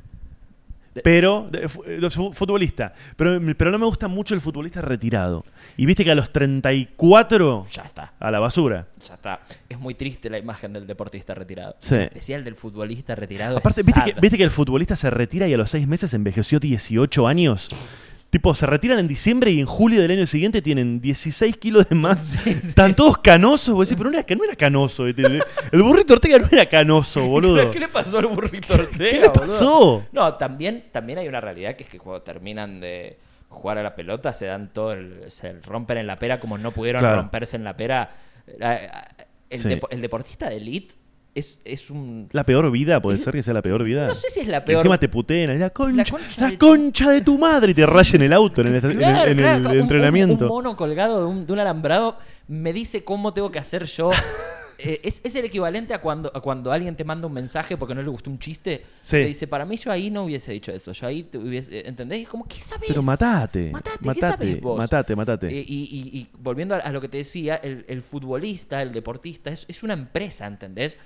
S1: pero de- fu- eh, fu- futbolista. Pero, pero no me gusta mucho el futbolista retirado. Y viste que a los 34
S2: ya está.
S1: a la basura.
S2: Ya está. Es muy triste la imagen del deportista retirado.
S1: Sí.
S2: En especial del futbolista retirado.
S1: Aparte,
S2: es
S1: ¿viste
S2: sad.
S1: que, viste que el futbolista se retira y a los seis meses envejeció 18 años. Tipo, se retiran en diciembre y en julio del año siguiente tienen 16 kilos de más. Están todos canosos. Vos decís, pero no era, no era canoso. este, El, el burrito Ortega no era canoso, boludo.
S2: ¿Qué le pasó al burrito Ortega?
S1: ¿Qué le
S2: boludo?
S1: pasó?
S2: No, también, también hay una realidad que es que cuando terminan de jugar a la pelota se dan todo el- se rompen en la pera como no pudieron
S1: Claro.
S2: romperse en la pera. La- El,
S1: Sí.
S2: depo- el deportista de elite es, es un...
S1: La peor vida, puede ser que sea la peor vida.
S2: No sé si es la
S1: Que
S2: peor.
S1: Encima te puteen, es la concha, la concha,
S2: La concha
S1: de,
S2: de tu-
S1: tu madre y te rayen el auto en el, en el-
S2: Claro,
S1: en el
S2: claro, un- un-
S1: entrenamiento.
S2: Un, mono colgado de un, de un alambrado me dice cómo tengo que hacer yo. Eh, es, es el equivalente a cuando, a cuando alguien te manda un mensaje porque no le gustó un chiste.
S1: Sí.
S2: Te dice, para mí yo ahí no hubiese dicho eso. Yo ahí te hubiese, eh, ¿entendés? Y es como, ¿qué sabes?
S1: Pero matate,
S2: Matate, ¿qué
S1: matate,
S2: sabés vos?
S1: matate, matate.
S2: Eh, y, y- y volviendo a, a lo que te decía, el, el futbolista, el deportista, es, es una empresa, ¿entendés?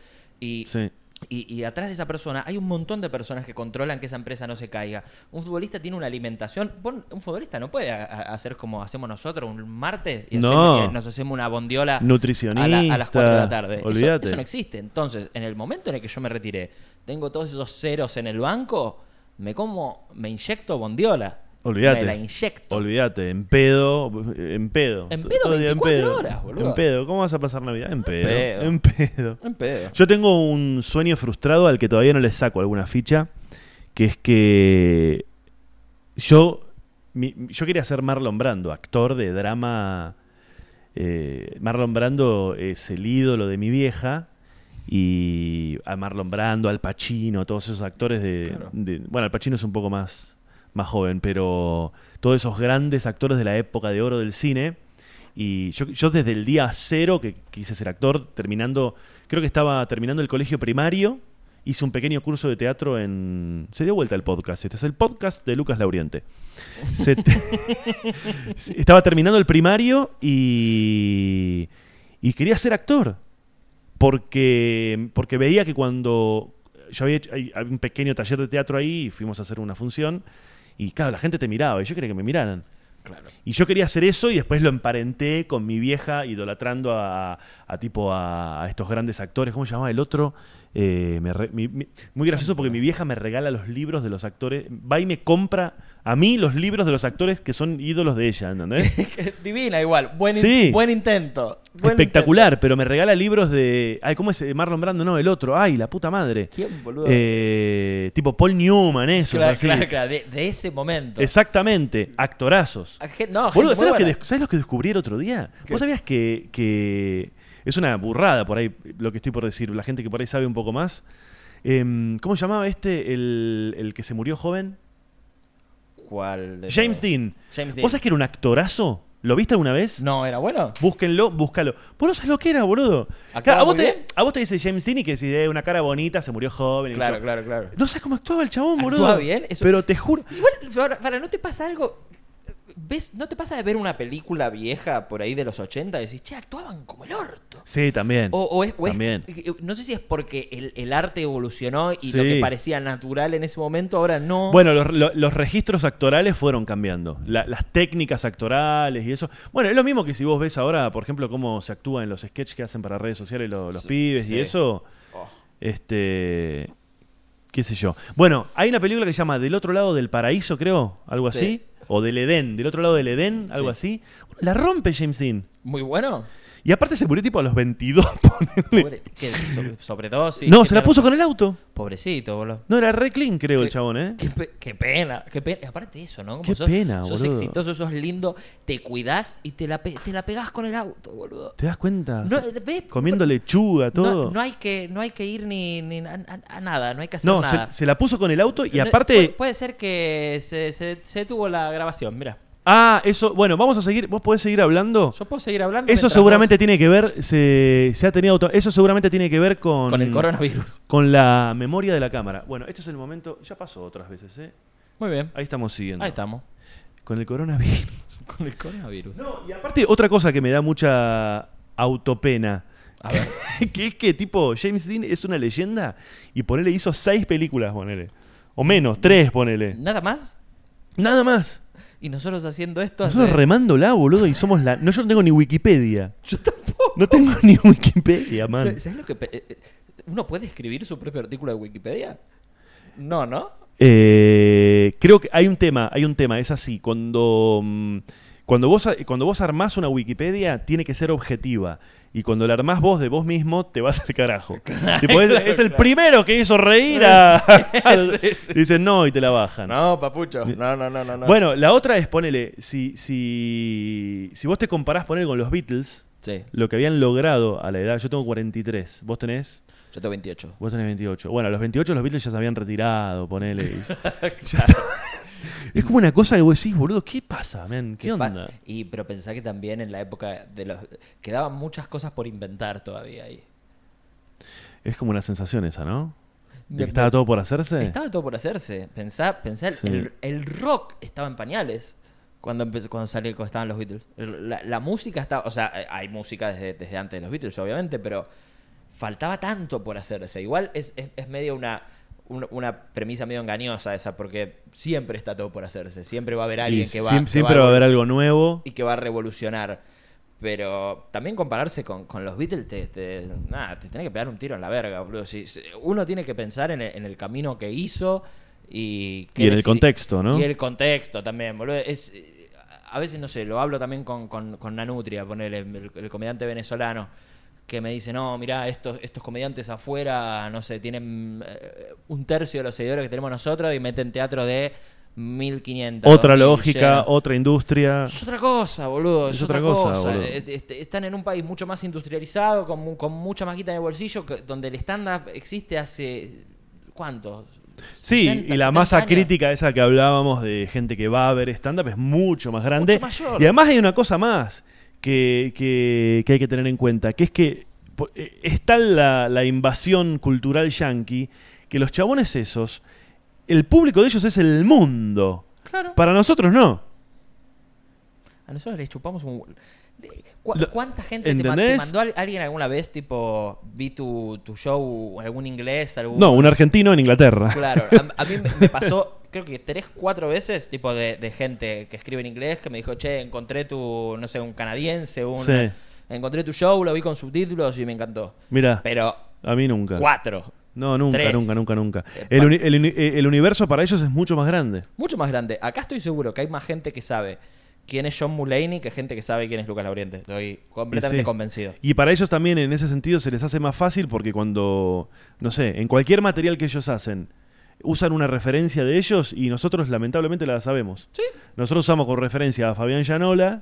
S2: Y,
S1: Sí.
S2: y, y atrás de esa persona hay un montón de personas que controlan que esa empresa no se caiga. Un futbolista tiene una alimentación. Vos- Un futbolista no puede a- a- hacer como hacemos nosotros un martes y,
S1: No.
S2: hacemos- y nos hacemos una bondiola a la- a, las 4 de la tarde. Eso-
S1: Olvídate.
S2: Eso, no existe. Entonces, en el momento en el que yo me retiré, tengo todos esos ceros en el banco, me como, me inyecto bondiola.
S1: Olvídate.
S2: Me la inyecto.
S1: Olvídate, en pedo, en pedo.
S2: En
S1: Todo
S2: pedo
S1: el día
S2: 24 horas, boludo.
S1: En pedo, ¿cómo vas a pasar Navidad? En pedo.
S2: pedo.
S1: En pedo.
S2: Un pedo.
S1: Yo tengo un sueño frustrado al que todavía no le saco alguna ficha, que es que yo, mi- yo quería ser Marlon Brando, actor de drama. eh, Marlon Brando es el ídolo de mi vieja. Y a Marlon Brando, Al Pacino, todos esos actores de. de- bueno, Al Pacino es un poco más, más joven, pero todos esos grandes actores de la época de oro del cine. Y yo, yo desde el día cero que quise ser actor, terminando, creo que estaba terminando el colegio primario, hice un pequeño curso de teatro en... Se dio vuelta el podcast, este es el podcast de Lucas Lauriente. Se te- estaba terminando el primario y, y quería ser actor, porque, porque veía que cuando... Yo había hecho- hay- había un pequeño taller de teatro ahí, y fuimos a hacer una función, y claro, la gente te miraba, y yo quería que me miraran. Y yo quería hacer eso y después lo emparenté con mi vieja idolatrando a, a tipo a, a estos grandes actores. ¿Cómo se llamaba el otro? Eh, me re- mi- mi- muy gracioso porque mi vieja me regala los libros de los actores. Va y me compra a mí los libros de los actores que son ídolos de ella, ¿entendés?
S2: Divina igual. Buen, in-
S1: Sí.
S2: buen intento. Buen
S1: Espectacular, pero me regala libros de. Ay, ¿cómo es? Eh, Marlon Brando, no, el otro. Ay, la puta madre.
S2: ¿Quién, boludo?
S1: Eh, tipo Paul Newman, eso.
S2: Claro,
S1: así.
S2: claro, claro, De, de ese momento.
S1: Exactamente, actorazos.
S2: A gen- No,
S1: Boludo,
S2: gente muy
S1: ¿sabes, lo que
S2: buena.
S1: des- sabes lo que descubrí el otro día?
S2: ¿Qué?
S1: ¿Vos sabías que, que es una burrada por ahí lo que estoy por decir? La gente que por ahí sabe un poco más. Em, ¿Cómo se llamaba este el, el que se murió joven?
S2: ¿Cuál de
S1: James
S2: todos?
S1: Dean.
S2: James Dean.
S1: ¿Vos sabés que era un actorazo? ¿Lo viste alguna vez?
S2: No, ¿era bueno?
S1: Búsquenlo, búscalo. Vos no sabés lo que era, boludo.
S2: Actuaba
S1: Claro, a, vos
S2: muy
S1: te,
S2: bien.
S1: a vos te dice James Dean y que decís, eh, una cara bonita, se murió joven. y yo-
S2: claro, claro.
S1: No sabes cómo actuaba el chabón,
S2: Actúa
S1: boludo.
S2: bien, eso-
S1: Pero te juro.
S2: Igual, para, para, ¿no te pasa algo? ¿Ves? ¿No te pasa de ver una película vieja por ahí de los 80 y decís, che, actuaban como el orto?
S1: Sí, también.
S2: O, o es, o es-
S1: También.
S2: no sé si es porque el, el arte evolucionó y lo
S1: Sí.
S2: que parecía natural en ese momento ahora no.
S1: Bueno, los, lo- los registros actorales fueron cambiando. La- las técnicas actorales y eso. Bueno, es lo mismo que si vos ves ahora, por ejemplo, cómo se actúa en los sketches que hacen para redes sociales lo- los
S2: Sí,
S1: pibes
S2: sí.
S1: y eso.
S2: Oh.
S1: Este. ¿Qué sé yo? Bueno, hay una película que se llama Del otro lado del paraíso, creo, algo así.
S2: Sí.
S1: O del Edén, del otro lado del Edén, algo así. La rompe James Dean.
S2: Muy bueno.
S1: Y aparte se murió tipo a los 22. ponele.
S2: Pobre, ¿qué? So- sobredosis.
S1: no,
S2: ¿Qué
S1: se la
S2: tal?
S1: puso con el auto.
S2: Pobrecito, boludo.
S1: No, era re clean, creo, el
S2: Qué-
S1: chabón, ¿eh?
S2: Qué, pe- qué pena, qué pena. Aparte de eso, ¿no? Como
S1: Qué pena,
S2: sos
S1: boludo.
S2: exitoso, sos lindo, te cuidás y te la, pe- te la pegás con el auto, boludo.
S1: ¿Te das cuenta?
S2: No, eh, ¿ves?
S1: Comiendo lechuga, todo.
S2: No, no hay que, no hay que ir ni, ni a, a- a nada, no hay que hacer
S1: No,
S2: nada.
S1: se, se la puso con el auto y
S2: No,
S1: aparte.
S2: puede, puede ser que se, se- se detuvo la grabación, mira.
S1: Ah, eso. Bueno, vamos a seguir. ¿Vos podés seguir hablando?
S2: Yo puedo seguir hablando.
S1: Eso
S2: mientras
S1: seguramente
S2: vos-
S1: tiene que ver. Se, se ha tenido auto- Eso seguramente tiene que ver con.
S2: con el coronavirus.
S1: Con la memoria de la cámara. Bueno, este es el momento. Ya pasó otras veces, ¿eh?
S2: Muy bien.
S1: Ahí estamos siguiendo.
S2: Ahí estamos.
S1: Con el coronavirus.
S2: Con el coronavirus.
S1: No, y aparte, otra cosa que me da mucha autopena.
S2: A ver.
S1: que es que, tipo, James Dean es una leyenda y ponele hizo seis películas, ponele. O menos, tres, ponele.
S2: Nada más.
S1: Nada más.
S2: Y nosotros haciendo esto.
S1: Nosotros
S2: hace-
S1: remándola, boludo, y somos la. No, yo no tengo ni Wikipedia. Yo tampoco. No tengo ni Wikipedia, man.
S2: ¿Sabes lo que.? pe- eh, eh, ¿Uno puede escribir su propio artículo de Wikipedia? No, ¿no?
S1: Eh, creo que hay un tema, hay un tema, es así. Cuando, mm, cuando, vos, a- cuando vos armás una Wikipedia, tiene que ser objetiva. Y cuando la armás vos de vos mismo, te vas al carajo. Tipo, es,
S2: claro,
S1: es el
S2: claro.
S1: primero que hizo reír a.
S2: sí, sí.
S1: Dicen no y te la bajan.
S2: No, papucho. No, no, no, no. no.
S1: Bueno, la otra es, ponele, si, si, si vos te comparás, ponele, con los Beatles,
S2: Sí,
S1: lo que habían logrado a la edad. Yo tengo 43, vos tenés.
S2: yo tengo 28.
S1: Vos tenés 28. Bueno, a los 28 los Beatles ya se habían retirado, ponele. y- es como una cosa que vos decís, boludo, ¿qué pasa, man? ¿Qué,
S2: pa-
S1: onda?
S2: Y pero pensá que también en la época de los quedaban muchas cosas por inventar todavía ahí.
S1: Es como una sensación esa, ¿no? De
S2: Me-
S1: que estaba
S2: me-
S1: todo por hacerse.
S2: Estaba todo por hacerse. Pensá, pensá el-
S1: Sí.
S2: el, el rock estaba en pañales cuando empezó, cuando salió, cuando estaban los Beatles. El- La, la música estaba, o sea, eh, hay música desde, desde antes de los Beatles, obviamente, pero faltaba tanto por hacerse. Igual es, es- es medio una, un- una premisa medio engañosa esa, porque siempre está todo por hacerse. Siempre va a haber alguien
S1: Y
S2: que va,
S1: siem-
S2: que
S1: siempre va a haber algo nuevo.
S2: y que va a revolucionar. Pero también compararse con, con los Beatles, te, te, nada, te tenés que pegar un tiro en la verga, boludo. Si, si- uno tiene que pensar en el, en el camino que hizo y... qué
S1: Y en el
S2: deci-
S1: contexto, ¿no?
S2: Y el contexto también, boludo. Es, eh, a veces, no sé, lo hablo también con, con, con Nanutria, ponele, el, el comediante venezolano, que me dice, no, mirá, estos, estos comediantes afuera, no sé, tienen eh, un tercio de los seguidores que tenemos nosotros y meten teatro de 1500.
S1: Otra
S2: 2000
S1: lógica,
S2: llenos".
S1: otra industria.
S2: Es otra cosa, boludo. Es, otra, cosa.
S1: boludo.
S2: Eh, este, Están en un país mucho más industrializado, con, mu- con mucha más guita en el bolsillo, que- donde el estándar existe hace. ¿Cuánto?
S1: Sí,
S2: 60,
S1: y la
S2: 70
S1: masa
S2: años.
S1: crítica esa que hablábamos de gente que va a ver stand-up es mucho más grande.
S2: Mucho mayor.
S1: Y además hay una cosa más que, que- que hay que tener en cuenta, que es que po- eh, es tal la, la invasión cultural yanqui que los chabones esos, el público de ellos es el mundo.
S2: Claro.
S1: Para nosotros no.
S2: A nosotros les chupamos un. de- ¿cu-
S1: Lo-
S2: ¿Cuánta gente te, ma- te
S1: ¿entendés?
S2: mandó al- alguien alguna vez, tipo, vi tu, tu show, algún inglés, algún.
S1: No, un argentino en Inglaterra.
S2: Claro, a, a mí me- me pasó, creo que tres, cuatro veces, tipo de, de gente que escribe en inglés, que me dijo, che, encontré tu, no sé, un canadiense, un...
S1: Sí.
S2: Encontré tu show, lo vi con subtítulos y me encantó.
S1: Mira,
S2: Pero
S1: a mí nunca.
S2: cuatro.
S1: No, nunca,
S2: Tres.
S1: nunca, nunca, nunca.
S2: Eh,
S1: El
S2: pa-
S1: uni- el uni- el universo para ellos es mucho más grande.
S2: Mucho más grande. Acá estoy seguro que hay más gente que sabe quién es John Mulaney que gente que sabe quién es Lucas Lauriente. Estoy completamente
S1: Y sí.
S2: convencido.
S1: Y para ellos también en ese sentido se les hace más fácil porque cuando, no sé, en cualquier material que ellos hacen, usan una referencia de ellos y nosotros lamentablemente la sabemos.
S2: Sí.
S1: Nosotros usamos con referencia a Fabián Llanola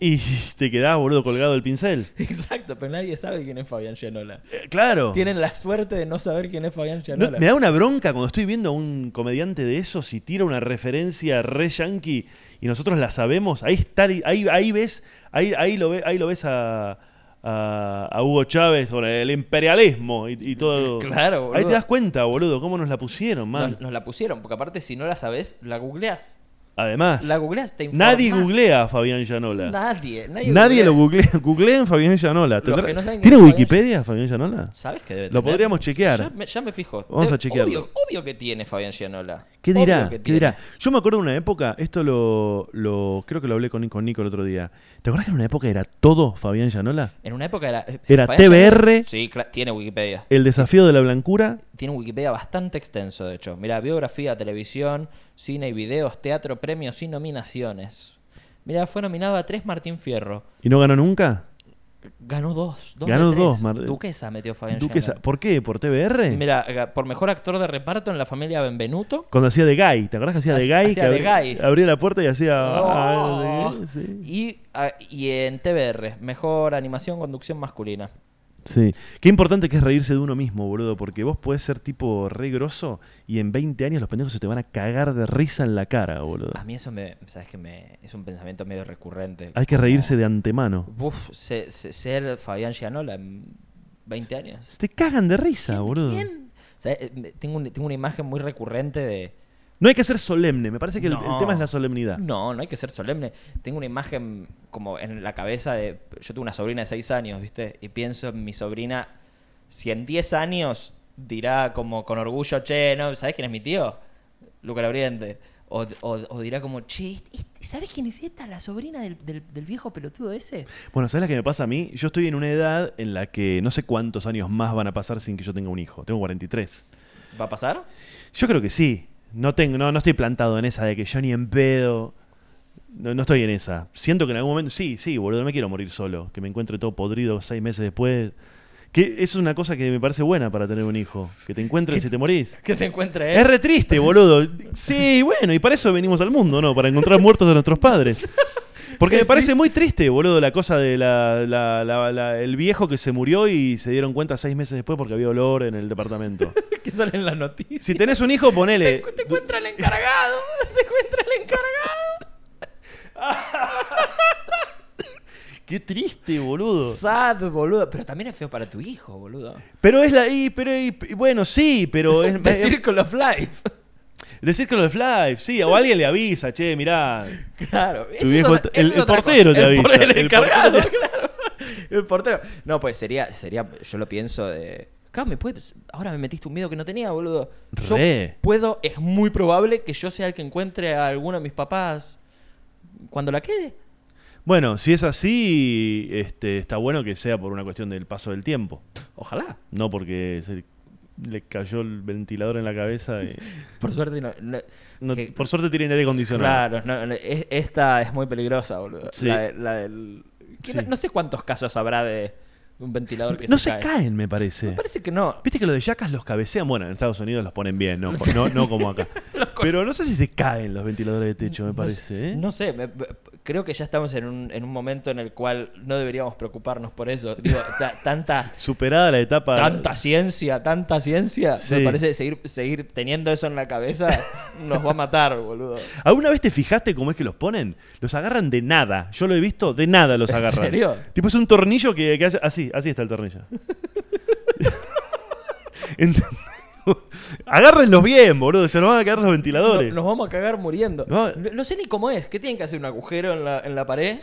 S1: y te quedás, boludo, colgado el pincel.
S2: Exacto, pero nadie sabe quién es Fabián Gianola.
S1: Eh, claro.
S2: Tienen la suerte de no saber quién es Fabián
S1: No,
S2: Gianola.
S1: me da una bronca cuando estoy viendo a un comediante de esos y tira una referencia re yankee y nosotros la sabemos. Ahí está, ahí, ahí ves, ahí, ahí lo ve, ahí lo ves a, a- a Hugo Chávez sobre el imperialismo y, y todo.
S2: Claro, boludo.
S1: Ahí te das cuenta, boludo, cómo nos la pusieron, man.
S2: Nos, nos la pusieron, porque aparte si no la sabes, la googleás.
S1: Además,
S2: La googleas, te informás.
S1: nadie googlea a Fabián Llanola.
S2: Nadie, nadie,
S1: nadie lo googlea. Googleen Fabián Llanola.
S2: Los que
S1: ¿Tendrá-
S2: no saben quién
S1: ¿Tiene
S2: es Fabián
S1: Wikipedia Fabián Llanola?
S2: ¿Sabes qué debe
S1: Lo
S2: tener?
S1: podríamos chequear.
S2: Ya me, ya me fijo.
S1: Vamos
S2: Debe-
S1: a chequearlo.
S2: Obvio, obvio que tiene Fabián Gianola.
S1: ¿Qué
S2: Obvio
S1: dirá?
S2: que
S1: ¿Qué
S2: tiene.
S1: dirá? Yo me acuerdo de una época, esto lo, lo- creo que lo hablé con, con Nico el otro día. ¿Te acuerdas que en una época era todo Fabián Llanola?
S2: En una época era. eh,
S1: Era
S2: Fabián Gianola-
S1: TBR.
S2: sí, cla- tiene Wikipedia.
S1: El desafío de la blancura,
S2: Tiene un Wikipedia bastante extenso, de hecho. Mira, biografía, televisión, cine y videos, teatro, premios y nominaciones. Mira, fue nominado a tres Martín Fierro.
S1: y no ganó nunca.
S2: Ganó dos. dos
S1: Ganó
S2: de tres.
S1: dos, Mar-
S2: Duquesa metió Fabián
S1: Duquesa. ¿Por qué? ¿Por TBR?
S2: Mira, por mejor actor de reparto en la familia Benvenuto.
S1: Cuando hacía de Guy, ¿te acuerdas que hacía de
S2: Hacía-
S1: Guy?
S2: hacía
S1: Que
S2: de
S1: abri-
S2: Guy.
S1: Abría la puerta y hacía.
S2: Oh.
S1: Sí.
S2: Y, ah, y en TBR, mejor animación, conducción masculina.
S1: Sí. Qué importante que es reírse de uno mismo, boludo, porque vos podés ser tipo re grosso y en 20 años los pendejos se te van a cagar de risa en la cara, boludo.
S2: A mí eso me, sabes que me, es un pensamiento medio recurrente.
S1: Hay que reírse de antemano.
S2: Uf, se- se- ser Fabián Gianola en 20 años.
S1: Se te cagan de risa, boludo.
S2: ¿Quién? O sea, eh, me- tengo, un- tengo una imagen muy recurrente de...
S1: No hay que ser solemne, me parece que el- el,
S2: No.
S1: tema es la solemnidad.
S2: No, no hay que ser solemne. Tengo una imagen como en la cabeza de... Yo tengo una sobrina de 6 años, ¿viste? Y pienso en mi sobrina, si en 10 años dirá como con orgullo, che, ¿no? ¿sabes quién es mi tío? Luca Lauriente. O, o- o dirá como, che, ¿sabes quién es esta? La sobrina del, del- del viejo pelotudo ese.
S1: Bueno, ¿sabes la que me pasa a mí? Yo estoy en una edad en la que no sé cuántos años más van a pasar sin que yo tenga un hijo. Tengo 43.
S2: ¿Va a pasar?
S1: Yo creo que sí. No, tengo, no, no estoy plantado en esa de que yo ni en pedo. No, no estoy en esa. Siento que en algún momento. Sí, sí, boludo, no me quiero morir solo. Que me encuentre todo podrido seis meses después. Que eso es una cosa que me parece buena para tener un hijo. Que te encuentres si te morís.
S2: Que te encuentre él.
S1: Es re triste, boludo. Sí, bueno, y para eso venimos al mundo, ¿no? Para encontrar muertos de nuestros padres. Porque me parece muy triste, boludo, la cosa de la, la- la- la- el viejo que se murió y se dieron cuenta seis meses después porque había olor en el departamento.
S2: que sale en la noticia.
S1: Si tenés un hijo, ponele.
S2: Te encuentra el encargado. Te encuentra el encargado.
S1: Qué triste, boludo.
S2: Sad, boludo. Pero también es feo para tu hijo, boludo.
S1: Pero es la. Y, pero, y- y bueno, sí, pero es.
S2: The Circle of Life.
S1: The Circle of Life, sí. O alguien le avisa, che, mirá.
S2: Claro. Eso es
S1: viejo
S2: otra-
S1: te-
S2: eso
S1: el-
S2: es
S1: el
S2: otra
S1: portero
S2: cosa.
S1: te
S2: El, por-
S1: avisa,
S2: el
S1: el
S2: encargado,
S1: portero
S2: claro. El portero. No, pues sería, sería, yo lo pienso de... Claro, me puedes, ahora me metiste un miedo que no tenía, boludo. Yo
S1: Re.
S2: puedo, es muy probable que yo sea el que encuentre a alguno de mis papás cuando la quede.
S1: Bueno, si es así, este, está bueno que sea por una cuestión del paso del tiempo.
S2: Ojalá.
S1: No porque se le cayó el ventilador en la cabeza. y-
S2: Por suerte no... no-
S1: no-
S2: que-
S1: por suerte tienen aire acondicionado.
S2: Claro, no, no, es- esta es muy peligrosa, boludo.
S1: Sí.
S2: La, de- la del... que
S1: Sí.
S2: no, no sé cuántos casos habrá de un ventilador que
S1: no se,
S2: se, cae.
S1: caen, me parece.
S2: Me parece que no.
S1: Viste que los de yacas los cabecean. Bueno, en Estados Unidos los ponen bien, no, no, no como acá. Pero no sé si se caen los ventiladores de techo, me parece. ¿eh?
S2: No sé, me- me- creo que ya estamos en un, en un momento en el cual no deberíamos preocuparnos por eso. Digo, ta- tanta,
S1: Superada la etapa.
S2: tanta ciencia, tanta ciencia.
S1: Sí.
S2: Me parece que seguir, seguir teniendo eso en la cabeza nos va a matar, boludo.
S1: ¿Alguna vez te fijaste cómo es que los ponen? Los agarran de nada. Yo lo he visto, de nada los
S2: ¿En
S1: agarran.
S2: serio?
S1: Tipo, es un tornillo que, que hace. Así, así está el tornillo. ¿Entendés? Agárrenlos bien, boludo. Se nos van a quedar los ventiladores.
S2: No- nos vamos a cagar muriendo.
S1: No.
S2: No, no sé ni cómo es. ¿Qué tienen que hacer? ¿Un agujero en la, en la pared?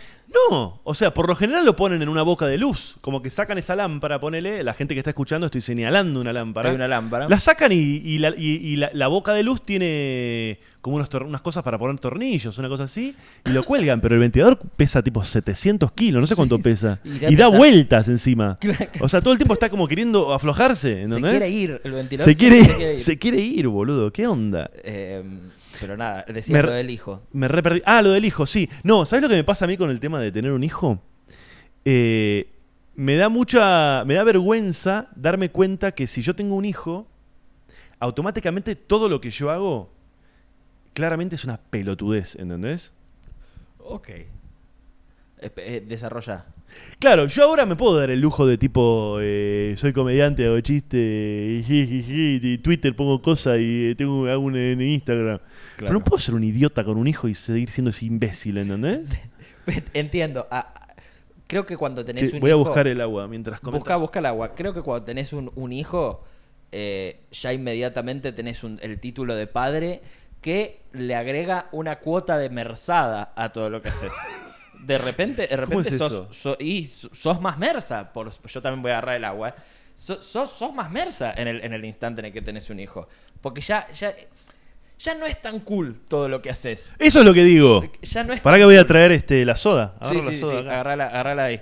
S1: No, o sea, por lo general lo ponen en una boca de luz. Como que sacan esa lámpara, ponele. La gente que está escuchando, estoy señalando una lámpara.
S2: Hay una lámpara.
S1: La sacan y, y la, y- y la- la boca de luz tiene como unos tor- unas cosas para poner tornillos, una cosa así, y lo cuelgan. Pero el ventilador pesa tipo 700 kilos, no sé cuánto pesa.
S2: Y
S1: Y,
S2: da
S1: da
S2: pesar.
S1: vueltas encima. O sea, todo el tiempo está como queriendo aflojarse.
S2: Se
S1: ¿entendés?
S2: quiere ir el ventilador.
S1: Se quiere,
S2: ir.
S1: se quiere ir, boludo. ¿Qué onda?
S2: Eh, pero nada, decía
S1: Me-
S2: lo del hijo.
S1: Me re perdí. Ah, lo del hijo, sí. No, ¿sabes lo que me pasa a mí con el tema de tener un hijo? Eh, me da mucha. Me da vergüenza darme cuenta que si yo tengo un hijo, automáticamente todo lo que yo hago claramente es una pelotudez, ¿entendés?
S2: Ok. eh, desarrolla.
S1: Claro, yo ahora me puedo dar el lujo de tipo, eh, soy comediante, hago chiste, y, ji, ji, ji, y Twitter pongo cosas y eh, tengo hago un en Instagram. Pero no puedo ser un idiota con un hijo y seguir siendo ese imbécil, ¿entendés?
S2: Entiendo. Ah, ah, creo que cuando tenés
S1: Che,
S2: un
S1: voy a
S2: hijo.
S1: buscar el agua mientras comentas.
S2: busca, busca el agua. Creo que cuando tenés un, un hijo, eh, ya inmediatamente tenés un- el título de padre que le agrega una cuota de merzada a todo lo que haces. De repente, de repente
S1: es
S2: sos,
S1: eso?
S2: so- y so- sos más mersa. Por, yo también voy a agarrar el agua. eh. So- sos, sos más mersa en el, en el instante en el que tenés un hijo. Porque ya, ya, ya no es tan cool todo lo que haces.
S1: Eso es lo que digo.
S2: Ya no es
S1: ¿Para que voy a traer este, la soda?
S2: Sí,
S1: Agarro
S2: sí,
S1: la
S2: sí,
S1: soda acá.
S2: agarrala, agarrala ahí.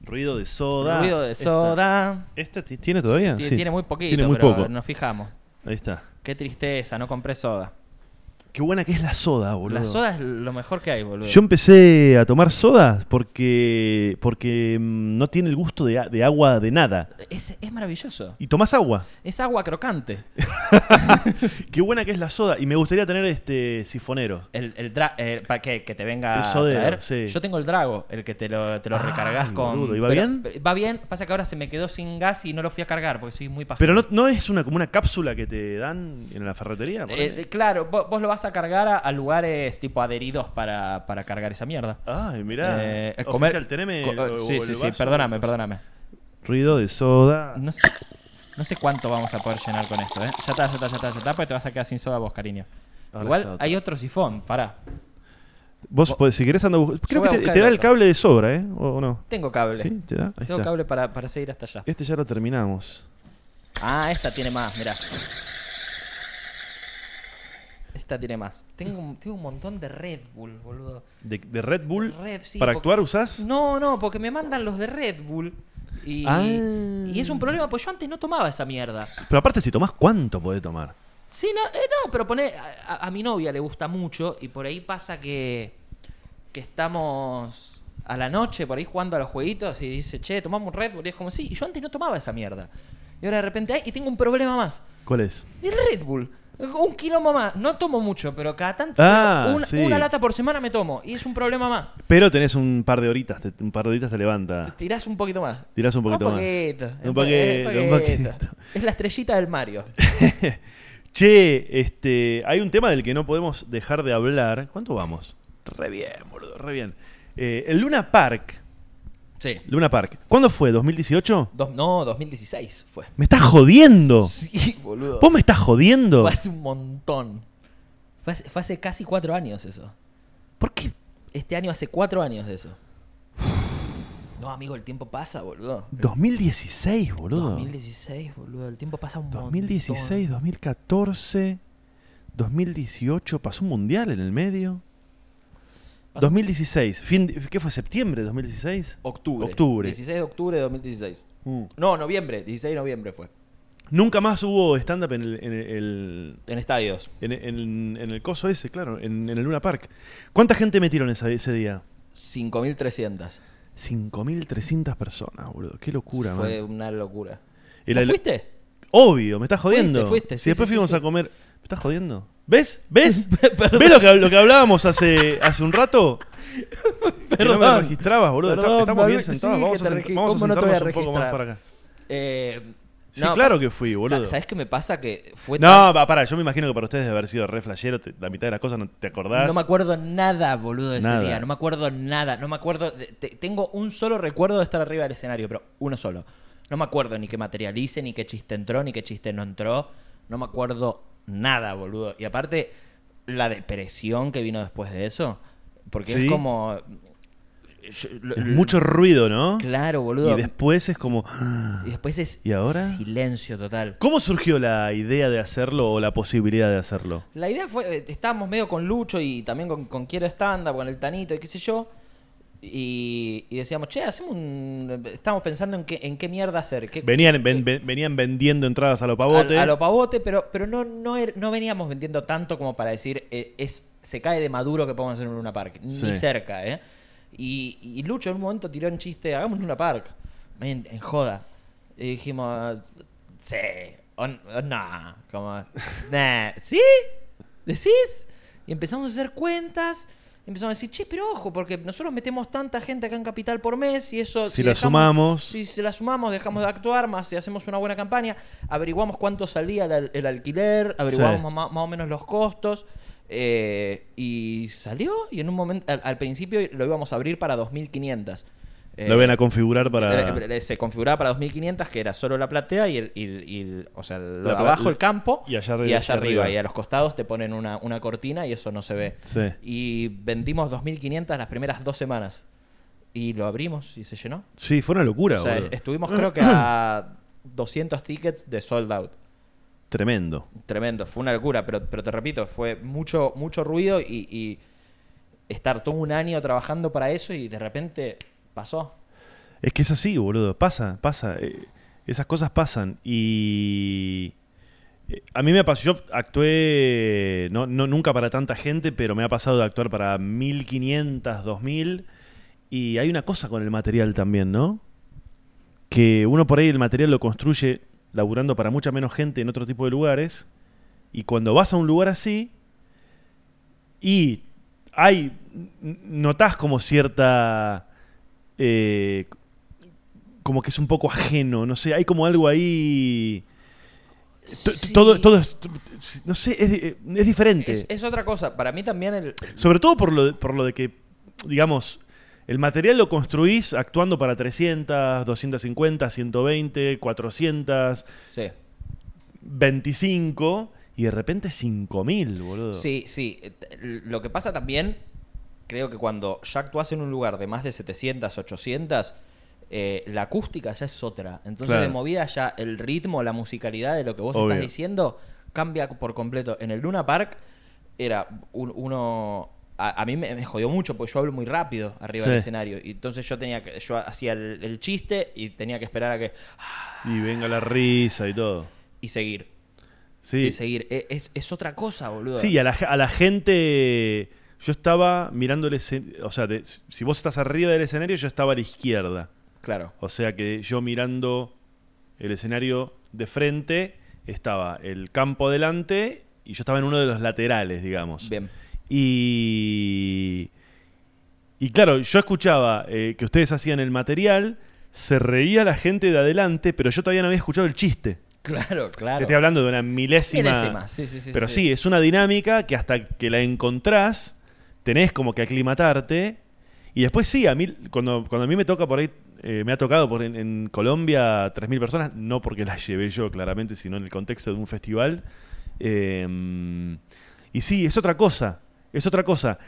S1: Ruido de soda.
S2: Ruido de
S1: Esta-
S2: soda.
S1: ¿Esta, ti- tiene todavía?
S2: Tiene,
S1: Sí.
S2: tiene muy poquito,
S1: Tiene muy
S2: pero
S1: poco.
S2: nos fijamos.
S1: Ahí está.
S2: Qué tristeza, no compré soda.
S1: Qué buena que es la soda, boludo.
S2: La soda es lo mejor que hay, boludo.
S1: Yo empecé a tomar sodas porque, porque mm, no tiene el gusto de, a- de agua de nada.
S2: Es, es maravilloso.
S1: Y tomás agua.
S2: Es agua crocante.
S1: Qué buena que es la soda. Y me gustaría tener este sifonero.
S2: El, el dra- eh, ¿Para qué? Que te venga
S1: El sodero,
S2: a traer.
S1: sí.
S2: Yo tengo el drago, el que te lo, te lo
S1: Ay,
S2: recargas con...
S1: boludo, ¿y va
S2: pero-
S1: bien?
S2: pero- Va bien, pasa que ahora se me quedó sin gas y no lo fui a cargar porque soy muy pajero.
S1: Pero no, no es una como una cápsula que te dan en la ferretería. ponele?
S2: Eh, claro, vos, vos lo vas a cargar a, a lugares tipo adheridos para, para cargar esa mierda.
S1: Ay, mirá.
S2: Eh, eh, comer-
S1: Oficial, teneme
S2: co-
S1: el-
S2: eh,
S1: o-
S2: sí,
S1: o
S2: sí,
S1: el
S2: sí,
S1: vaso.
S2: perdóname, perdóname.
S1: Ruido de soda.
S2: No sé, no sé cuánto vamos a poder llenar con esto, ¿eh? Ya está, ya está, ya está, ya está, porque te vas a quedar sin soda vos, cariño.
S1: Ahora
S2: Igual
S1: está otro.
S2: hay otro sifón, pará.
S1: Vos, podés- si querés, anda a bus- Creo
S2: voy
S1: que te,
S2: a buscar
S1: te
S2: el
S1: da el
S2: otro.
S1: cable de sobra, ¿eh? ¿O o no?
S2: Tengo cable.
S1: ¿Sí? ¿Te da? Ahí
S2: Tengo
S1: está.
S2: cable para, para seguir hasta allá.
S1: Este ya lo terminamos.
S2: Ah, esta tiene más, mirá. Esta tiene más. Tengo un, tengo un montón de Red Bull, boludo.
S1: ¿De, de Red Bull?
S2: Red, sí,
S1: ¿Para
S2: porque-
S1: actuar usás?
S2: No, no, porque me mandan los de Red Bull. Y,
S1: Ah.
S2: y es un problema, pues yo antes no tomaba esa mierda.
S1: Pero aparte, si tomás, ¿cuánto podés tomar?
S2: Sí, no, eh, no pero pone. A, a- a mi novia le gusta mucho y por ahí pasa que. que estamos a la noche por ahí jugando a los jueguitos y dice, che, tomamos un Red Bull. Y es como, sí, y yo antes no tomaba esa mierda. Y ahora de repente, ay, y tengo un problema más.
S1: ¿Cuál es?
S2: El Red Bull. Un quilombo más. No tomo mucho, pero cada tanto.
S1: Ah,
S2: una,
S1: sí.
S2: una lata por semana me tomo y es un problema más.
S1: Pero tenés un par de horitas, te- un par de horitas te levanta.
S2: Tirás un poquito más.
S1: Tirás un poquito más.
S2: poquito,
S1: Un poquito, un poquito.
S2: Es la estrellita del Mario.
S1: Che, este, hay un tema del que no podemos dejar de hablar. ¿Cuánto vamos? Re bien, boludo, re bien. Eh, el Luna Park.
S2: Sí.
S1: Luna Park. ¿Cuándo fue? ¿2018?
S2: Dos- no, 2016 fue.
S1: ¿Me estás jodiendo?
S2: Sí, boludo.
S1: ¿Vos me estás jodiendo?
S2: Fue hace un montón. Fue hace, fue hace casi cuatro años eso.
S1: ¿Por qué?
S2: Este año hace cuatro años de eso. No, amigo, el tiempo pasa, boludo.
S1: 2016, boludo.
S2: 2016, boludo. El tiempo pasa un montón.
S1: 2016, 2014, 2018, pasó un mundial en el medio. 2016, fin de- ¿qué fue? ¿Septiembre de 2016?
S2: Octubre.
S1: Octubre.
S2: 16 de octubre de 2016. No, noviembre. 16 de noviembre fue.
S1: Mm. Nunca más hubo stand-up en el, en, el,
S2: En estadios.
S1: en, en- en el coso ese, claro, en, en el Luna Park. ¿Cuánta gente metieron esa- ese día?
S2: 5.300.
S1: 5.300 personas, boludo. Qué locura,
S2: Fue
S1: man.
S2: una locura.
S1: El-
S2: ¿No
S1: el-
S2: fuiste?
S1: Obvio, me estás jodiendo.
S2: Fuiste, fuiste,
S1: si
S2: sí,
S1: después
S2: sí, sí,
S1: fuimos
S2: sí.
S1: a comer. ¿Me estás jodiendo? ¿Ves? ¿Ves? ¿Ves lo que, lo que hablábamos hace, hace un rato? Que no me
S2: Perdón.
S1: registrabas, boludo. Está-
S2: Perdón,
S1: Estamos bien
S2: Manuel. Sí,
S1: sentados.
S2: que
S1: vamos, a,
S2: te
S1: sent-
S2: regi-
S1: vamos a
S2: ¿cómo no te voy
S1: sentarnos
S2: a
S1: un poco más
S2: registrar?
S1: para acá.
S2: Eh,
S1: Sí, claro
S2: pasa-
S1: que fui,
S2: sa-
S1: boludo.
S2: ¿Sabes qué me pasa? Que fue tan-
S1: No, va, para, yo me imagino que para ustedes debe haber sido re flashero, te- la mitad de las cosas no te acordás.
S2: No me acuerdo nada, boludo, de
S1: Nada.
S2: ese día. No me acuerdo nada. No me acuerdo. de- te- tengo un solo recuerdo de estar arriba del escenario, pero uno solo. No me acuerdo ni qué materialice, ni qué chiste entró, ni qué chiste no entró. No me acuerdo nada, boludo. Y aparte, la depresión que vino después de eso. Porque
S1: Sí.
S2: es como. yo- lo-
S1: Es mucho ruido, ¿no?
S2: Claro, boludo.
S1: Y después es como.
S2: Y después es
S1: ¿Y ahora?
S2: silencio total.
S1: ¿Cómo surgió la idea de hacerlo o la posibilidad de hacerlo?
S2: La idea fue, eh, estábamos medio con Lucho y también con, con Quiero Stand Up, con el Tanito y qué sé yo. Y, y decíamos, che, hacemos un... Estábamos pensando en qué, en qué mierda hacer. qué-
S1: Venían, ven- ven- venían vendiendo entradas a lo pavote.
S2: Eh, A, a lo pavote, pero, pero no, no, er- no veníamos vendiendo tanto como para decir, eh, es, se cae de maduro que podemos hacer un Luna Park.
S1: Sí.
S2: Ni cerca, ¿eh? Y, y Lucho en un momento tiró un chiste, hagamos un Luna Park. En, en joda. Y dijimos, sí, o, n- o no. Como, nah, ¿sí? ¿Decís? Y empezamos a hacer cuentas. y Empezamos a decir, che, pero ojo, porque nosotros metemos tanta gente acá en Capital por mes y eso...
S1: Si la sumamos.
S2: Si si la sumamos, dejamos de actuar más, si hacemos una buena campaña, averiguamos cuánto salía el, al- el alquiler, averiguamos
S1: Sí.
S2: ma- más, o menos los costos. eh, y salió, y en un momento, al, al principio lo íbamos a abrir para 2.500. eh,
S1: Lo ven a configurar para.
S2: eh, eh, Se configuraba para 2500, que era solo la platea y el. y el- y el- o sea, lo
S1: La
S2: de
S1: pla-
S2: abajo, el campo.
S1: y allá arriba-
S2: Y allá arriba.
S1: arriba.
S2: Y a los costados te ponen una, una cortina y eso no se ve.
S1: Sí.
S2: Y vendimos 2500 las primeras dos semanas. Y lo abrimos y se llenó.
S1: Sí, fue una locura,
S2: o sea,
S1: boludo.
S2: estuvimos creo que a 200 tickets de sold out.
S1: Tremendo.
S2: Tremendo, fue una locura, pero, pero te repito, fue mucho, mucho ruido y, y estar todo un año trabajando para eso y de repente pasó.
S1: Es que es así, boludo. Pasa, pasa. Eh, esas cosas pasan. Y. eh, A mí me ha pasado. Yo actué. No, no- nunca para tanta gente, pero me ha pasado de actuar para 1500, 2000. Y hay una cosa con el material también, ¿no? Que uno por ahí el material lo construye laburando para mucha menos gente en otro tipo de lugares. Y cuando vas a un lugar así. Y. Hay. n- Notás como cierta eh, como que es un poco ajeno, no sé, hay como algo ahí... T- t-
S2: Sí.
S1: Todo, todo es, no sé, es, di- es diferente.
S2: Es, es otra cosa, para mí también el...
S1: Sobre todo por lo, de- por lo de que, digamos, el material lo construís actuando para 300, 250, 120, 400,
S2: Sí,
S1: 25 y de repente 5000, boludo.
S2: sí, sí. eh, t- Lo que pasa también, creo que cuando ya actúas en un lugar de más de 700, 800, eh, la acústica ya es otra. Entonces
S1: Claro.
S2: de movida ya el ritmo, la musicalidad de lo que vos
S1: Obvio.
S2: estás diciendo cambia por completo. En el Luna Park era un- uno... A, a mí me, me jodió mucho porque yo hablo muy rápido arriba del
S1: Sí.
S2: escenario. Y entonces yo tenía que, yo hacía el, el chiste y tenía que esperar a que...
S1: Y venga la risa y todo.
S2: Y seguir.
S1: Sí.
S2: Y seguir. E- Es, es otra cosa, boludo.
S1: Sí, y a la, a la gente. Yo estaba mirando el escenario. O sea, de- si vos estás arriba del escenario, yo estaba a la izquierda.
S2: Claro.
S1: O sea que yo mirando el escenario de frente, estaba el campo delante y yo estaba en uno de los laterales, digamos.
S2: Bien.
S1: Y. Y claro, yo escuchaba eh, que ustedes hacían el material, se reía la gente de adelante, pero yo todavía no había escuchado el chiste.
S2: Claro, claro.
S1: Te estoy hablando de una milésima.
S2: Milésima, sí, sí, sí,
S1: Pero
S2: sí.
S1: sí. es una dinámica que hasta que la encontrás, tenés como que aclimatarte. Y después sí, a mí, cuando, cuando a mí me toca por ahí, eh, me ha tocado por en, en Colombia 3.000 personas, no porque las llevé yo claramente, sino en el contexto de un festival. Eh, y sí, es otra cosa, es otra cosa.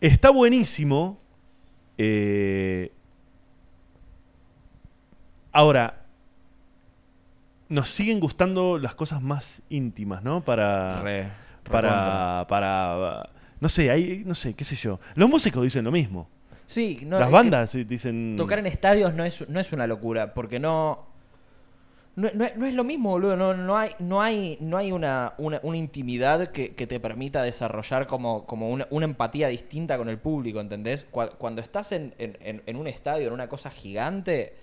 S1: Está buenísimo. eh, ahora, nos siguen gustando las cosas más íntimas, ¿no? Para.
S2: Re-
S1: para.
S2: recontra.
S1: para. No sé, hay, no sé, qué sé yo. Los músicos dicen lo mismo.
S2: Sí, no, es
S1: las
S2: que
S1: bandas eh, dicen.
S2: Tocar en estadios no es, no es una locura, porque no. No, no- no es lo mismo, boludo. No, no hay, no hay, no hay una, una, una intimidad que, que te permita desarrollar como, como una, una empatía distinta con el público, ¿entendés? Cua- Cuando, estás en, en- en- en un estadio, en una cosa gigante,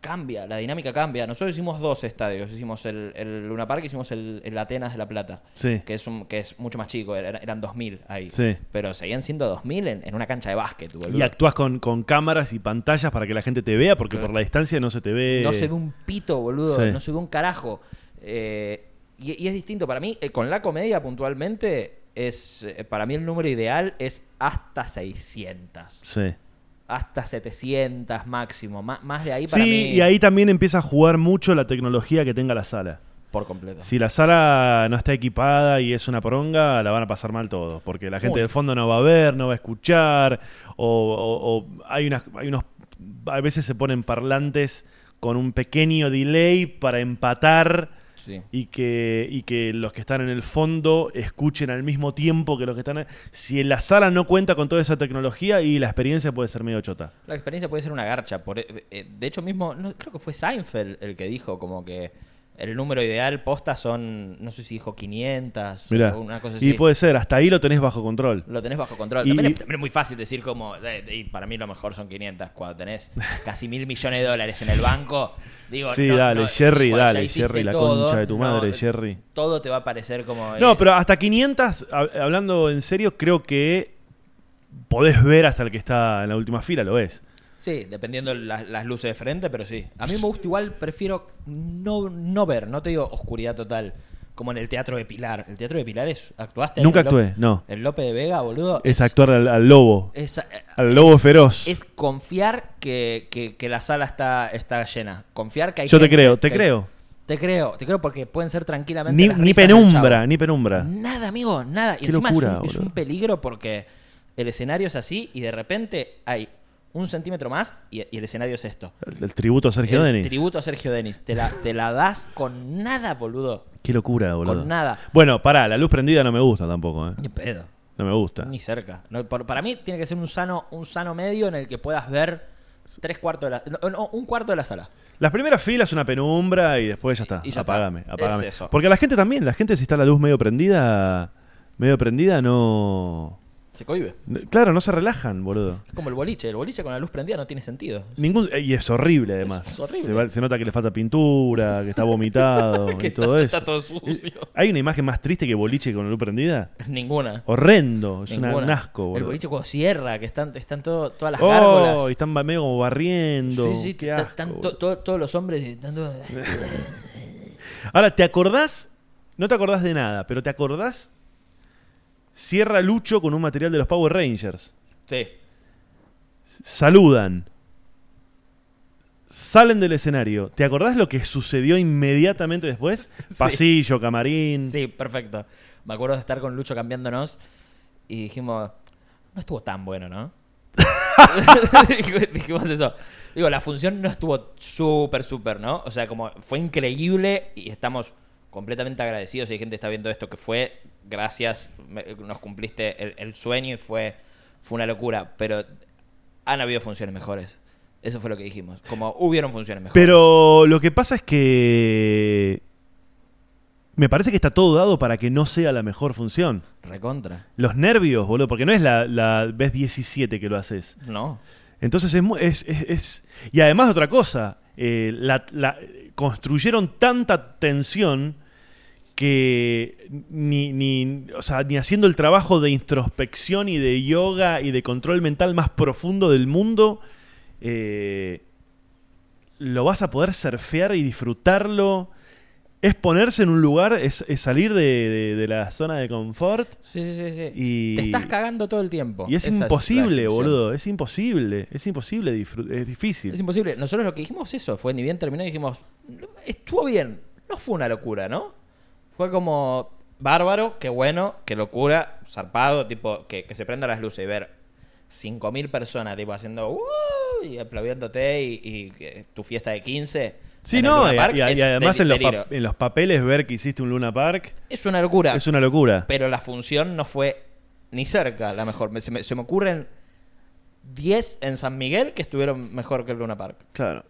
S2: cambia, la dinámica cambia. Nosotros hicimos dos estadios. Hicimos el, el Luna Park y hicimos el, el Atenas de La Plata.
S1: Sí.
S2: Que es, un, que es mucho más chico, era- eran 2.000 ahí.
S1: Sí.
S2: Pero seguían siendo 2.000 en, en una cancha de básquet, boludo.
S1: Y actúas con, con cámaras y pantallas para que la gente te vea, porque
S2: Claro.
S1: por la distancia no se te ve.
S2: No se ve un pito, boludo.
S1: eh, Sí.
S2: No se ve un carajo. Eh, y, y es distinto. Para mí, eh, con la comedia puntualmente, es eh, para mí el número ideal es hasta 600.
S1: Sí.
S2: Hasta 700 máximo. Má- más de ahí para
S1: Sí,
S2: mí.
S1: y ahí también empieza a jugar mucho la tecnología que tenga la sala.
S2: Por completo.
S1: Si la sala no está equipada y es una poronga, la van a pasar mal todos, porque la gente
S2: Muy.
S1: del fondo no va a ver, no va a escuchar, o, o- o hay, unas, hay unos... A veces se ponen parlantes con un pequeño delay para empatar
S2: Sí.
S1: y que, y que los que están en el fondo escuchen al mismo tiempo que los que están... en- Si la sala no cuenta con toda esa tecnología y la experiencia puede ser medio chota.
S2: La experiencia puede ser una garcha. Por, eh, eh, de hecho, mismo, no, creo que fue Seinfeld el que dijo como que el número ideal posta son, no sé si dijo 500
S1: Mirá.
S2: o una cosa así.
S1: Y puede ser, hasta ahí lo tenés bajo control.
S2: Lo tenés bajo control.
S1: Y-
S2: También, es, también es muy fácil decir como, eh, y para mí lo mejor son 500, cuando tenés casi mil millones de dólares en el banco. Digo,
S1: Sí,
S2: no,
S1: dale,
S2: no,
S1: Jerry,
S2: cuando ya
S1: dale,
S2: hiciste
S1: Jerry, la
S2: todo,
S1: concha de tu
S2: no, eh,
S1: madre, Jerry.
S2: Todo te va a parecer como... eh,
S1: No, pero hasta 500, hab- hablando en serio, creo que podés ver hasta el que está en la última fila, lo ves.
S2: Sí, dependiendo las, las luces de frente, pero sí. A mí me gusta igual, prefiero no, no ver, no te digo oscuridad total, como en el Teatro de Pilar. El Teatro de Pilar es. ¿Actuaste? ahí
S1: Nunca
S2: en el Lope-
S1: actué, no.
S2: El Lope de Vega, boludo.
S1: Es actuar al, al lobo.
S2: es- eh,
S1: Al lobo feroz.
S2: es confiar que, que- que la sala está, está llena. Confiar que hay
S1: Yo te
S2: gente
S1: creo, te
S2: que-
S1: creo.
S2: Te creo, te creo porque pueden ser tranquilamente.
S1: Ni,
S2: las
S1: ni
S2: risas del
S1: penumbra,
S2: chavo.
S1: ni penumbra.
S2: Nada, amigo, nada.
S1: Qué
S2: Y encima es
S1: locura,
S2: un- es, un,
S1: boludo.
S2: peligro porque el escenario es así y de repente hay un centímetro más y, y el escenario es esto.
S1: El, el tributo a Sergio
S2: Es
S1: Denis.
S2: Tributo a Sergio Denis. Te la, te la das con nada, boludo.
S1: Qué locura, boludo.
S2: Con nada.
S1: Bueno, pará, la luz prendida no me gusta tampoco, ¿eh?
S2: Ni pedo.
S1: No me gusta.
S2: Ni cerca. No, por- para mí tiene que ser un sano, un sano medio en el que puedas ver tres cuartos de la. no, no, un cuarto de la sala.
S1: Las primeras filas una penumbra y después ya está.
S2: Y ya está.
S1: apagame,
S2: Es
S1: apagame.
S2: eso.
S1: Porque a la gente también, la gente si está la luz medio prendida, medio prendida no,
S2: Se cohibe.
S1: no- claro, no se relajan, boludo.
S2: Es como el boliche. El boliche con la luz prendida no tiene sentido.
S1: Ningún eh, y es horrible además.
S2: Es horrible.
S1: Se, va- se nota que le falta pintura, que está vomitado
S2: Que
S1: y todo eso.
S2: está-
S1: Eh,
S2: está todo sucio.
S1: Hay una imagen más triste que boliche con la luz prendida.
S2: Ninguna.
S1: Horrendo, Oh, es una-
S2: Ninguna.
S1: un asco, boludo.
S2: El boliche cuando cierra, que están, están todo- todas las
S1: oh,
S2: gárgolas.
S1: y están ba- medio como barriendo.
S2: Sí, sí,
S1: qué
S2: ta-
S1: asco,
S2: están to-
S1: boludo.
S2: to- todos los hombres y tanto-
S1: Ahora, ¿te acordás? No te acordás de nada, pero ¿te acordás? Cierra Lucho con un material de los Power Rangers.
S2: Sí.
S1: Saludan. Salen del escenario. ¿Te acordás lo que sucedió inmediatamente después?
S2: Sí.
S1: Pasillo, camarín.
S2: Sí, perfecto. Me acuerdo de estar con Lucho cambiándonos y dijimos, no estuvo tan bueno, ¿no? Dij- dijimos eso. Digo, la función no estuvo súper, súper, ¿no? O sea, como fue increíble y estamos completamente agradecidos. Si hay gente que está viendo esto que fue, gracias, me- nos cumpliste el, el sueño y fue, fue una locura. Pero han habido funciones mejores. Eso fue lo que dijimos. Como hubieron funciones mejores.
S1: Pero lo que pasa es que. Me parece que está todo dado para que no sea la mejor función.
S2: Recontra.
S1: Los nervios, boludo, porque no es la, la vez 17 que lo haces.
S2: No.
S1: Entonces es, mu- es, es- es- Y además otra cosa, eh, la- la- construyeron tanta tensión que ni, ni- o sea, ni haciendo el trabajo de introspección y de yoga y de control mental más profundo del mundo, eh, lo vas a poder surfear y disfrutarlo. Es ponerse en un lugar, es, es salir de- de- de la zona de confort.
S2: Sí, sí, sí. sí.
S1: Y-
S2: Te estás cagando todo el tiempo.
S1: Y es
S2: Oh, Esa la
S1: imposible,
S2: descripción.
S1: boludo. Es imposible. Es imposible. disfru- Es difícil.
S2: Es imposible. Nosotros lo que dijimos eso fue, ni bien terminó, dijimos, "No, estuvo bien. No fue una locura, ¿no? Fue como, bárbaro, qué bueno, qué locura, zarpado, tipo, que, que se prendan las luces y ver 5.000 personas, tipo, haciendo, "Uh", y aplaudiéndote y, y que tu fiesta de 15.
S1: sí,
S2: en el
S1: no.
S2: Luna
S1: Y,
S2: Park
S1: y- y
S2: es
S1: además
S2: del
S1: en los, pa-
S2: delirio.
S1: en los papeles ver que hiciste un Luna Park
S2: Es una locura.
S1: es una locura.
S2: pero la función no fue ni cerca la mejor. Me- se, me, se me ocurren 10 en San Miguel que estuvieron mejor que el Luna Park.
S1: Claro.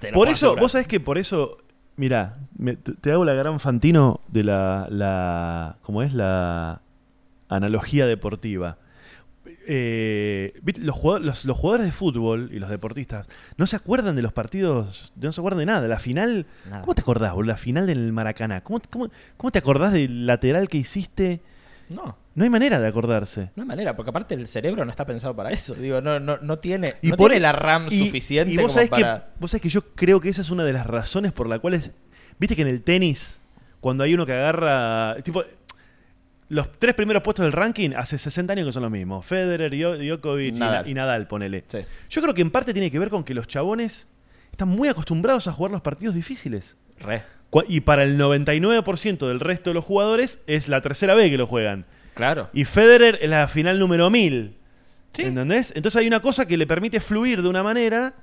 S2: Te lo
S1: Por
S2: puedo
S1: eso,
S2: asegurar.
S1: vos sabés que por eso. Mirá, me- te te hago la gran fantino de la. la ¿Cómo es? La analogía deportiva. Eh, ¿viste? los, jugado- los- los jugadores de fútbol y los deportistas no se acuerdan de los partidos, no se acuerdan de nada. La final,
S2: Nada.
S1: ¿cómo te acordás, boludo? La final del Maracaná. ¿Cómo, cómo, cómo te acordás del lateral que hiciste?
S2: No,
S1: No hay manera de acordarse.
S2: no hay manera, porque aparte el cerebro no está pensado para eso. Digo, no, no, no tiene,
S1: Y
S2: no
S1: por
S2: tiene
S1: e-
S2: la RAM
S1: y-
S2: suficiente
S1: y vos
S2: como
S1: sabés
S2: para.
S1: que vos sabés que yo creo que esa es una de las razones por las cuales viste que en el tenis cuando hay uno que agarra tipo los tres primeros puestos del ranking hace 60 años que son los mismos Federer, Djo- Djokovic y Na-
S2: Nadal.
S1: y Nadal, ponele.
S2: Sí.
S1: Yo creo que en parte tiene que ver con que los chabones están muy acostumbrados a jugar los partidos difíciles.
S2: Re.
S1: Cua- Y para el 99% del resto de los jugadores es la tercera vez que lo juegan.
S2: Claro.
S1: Y Federer es la final número 1000.
S2: Sí.
S1: ¿Entendés? Entonces hay una cosa que le permite fluir de una manera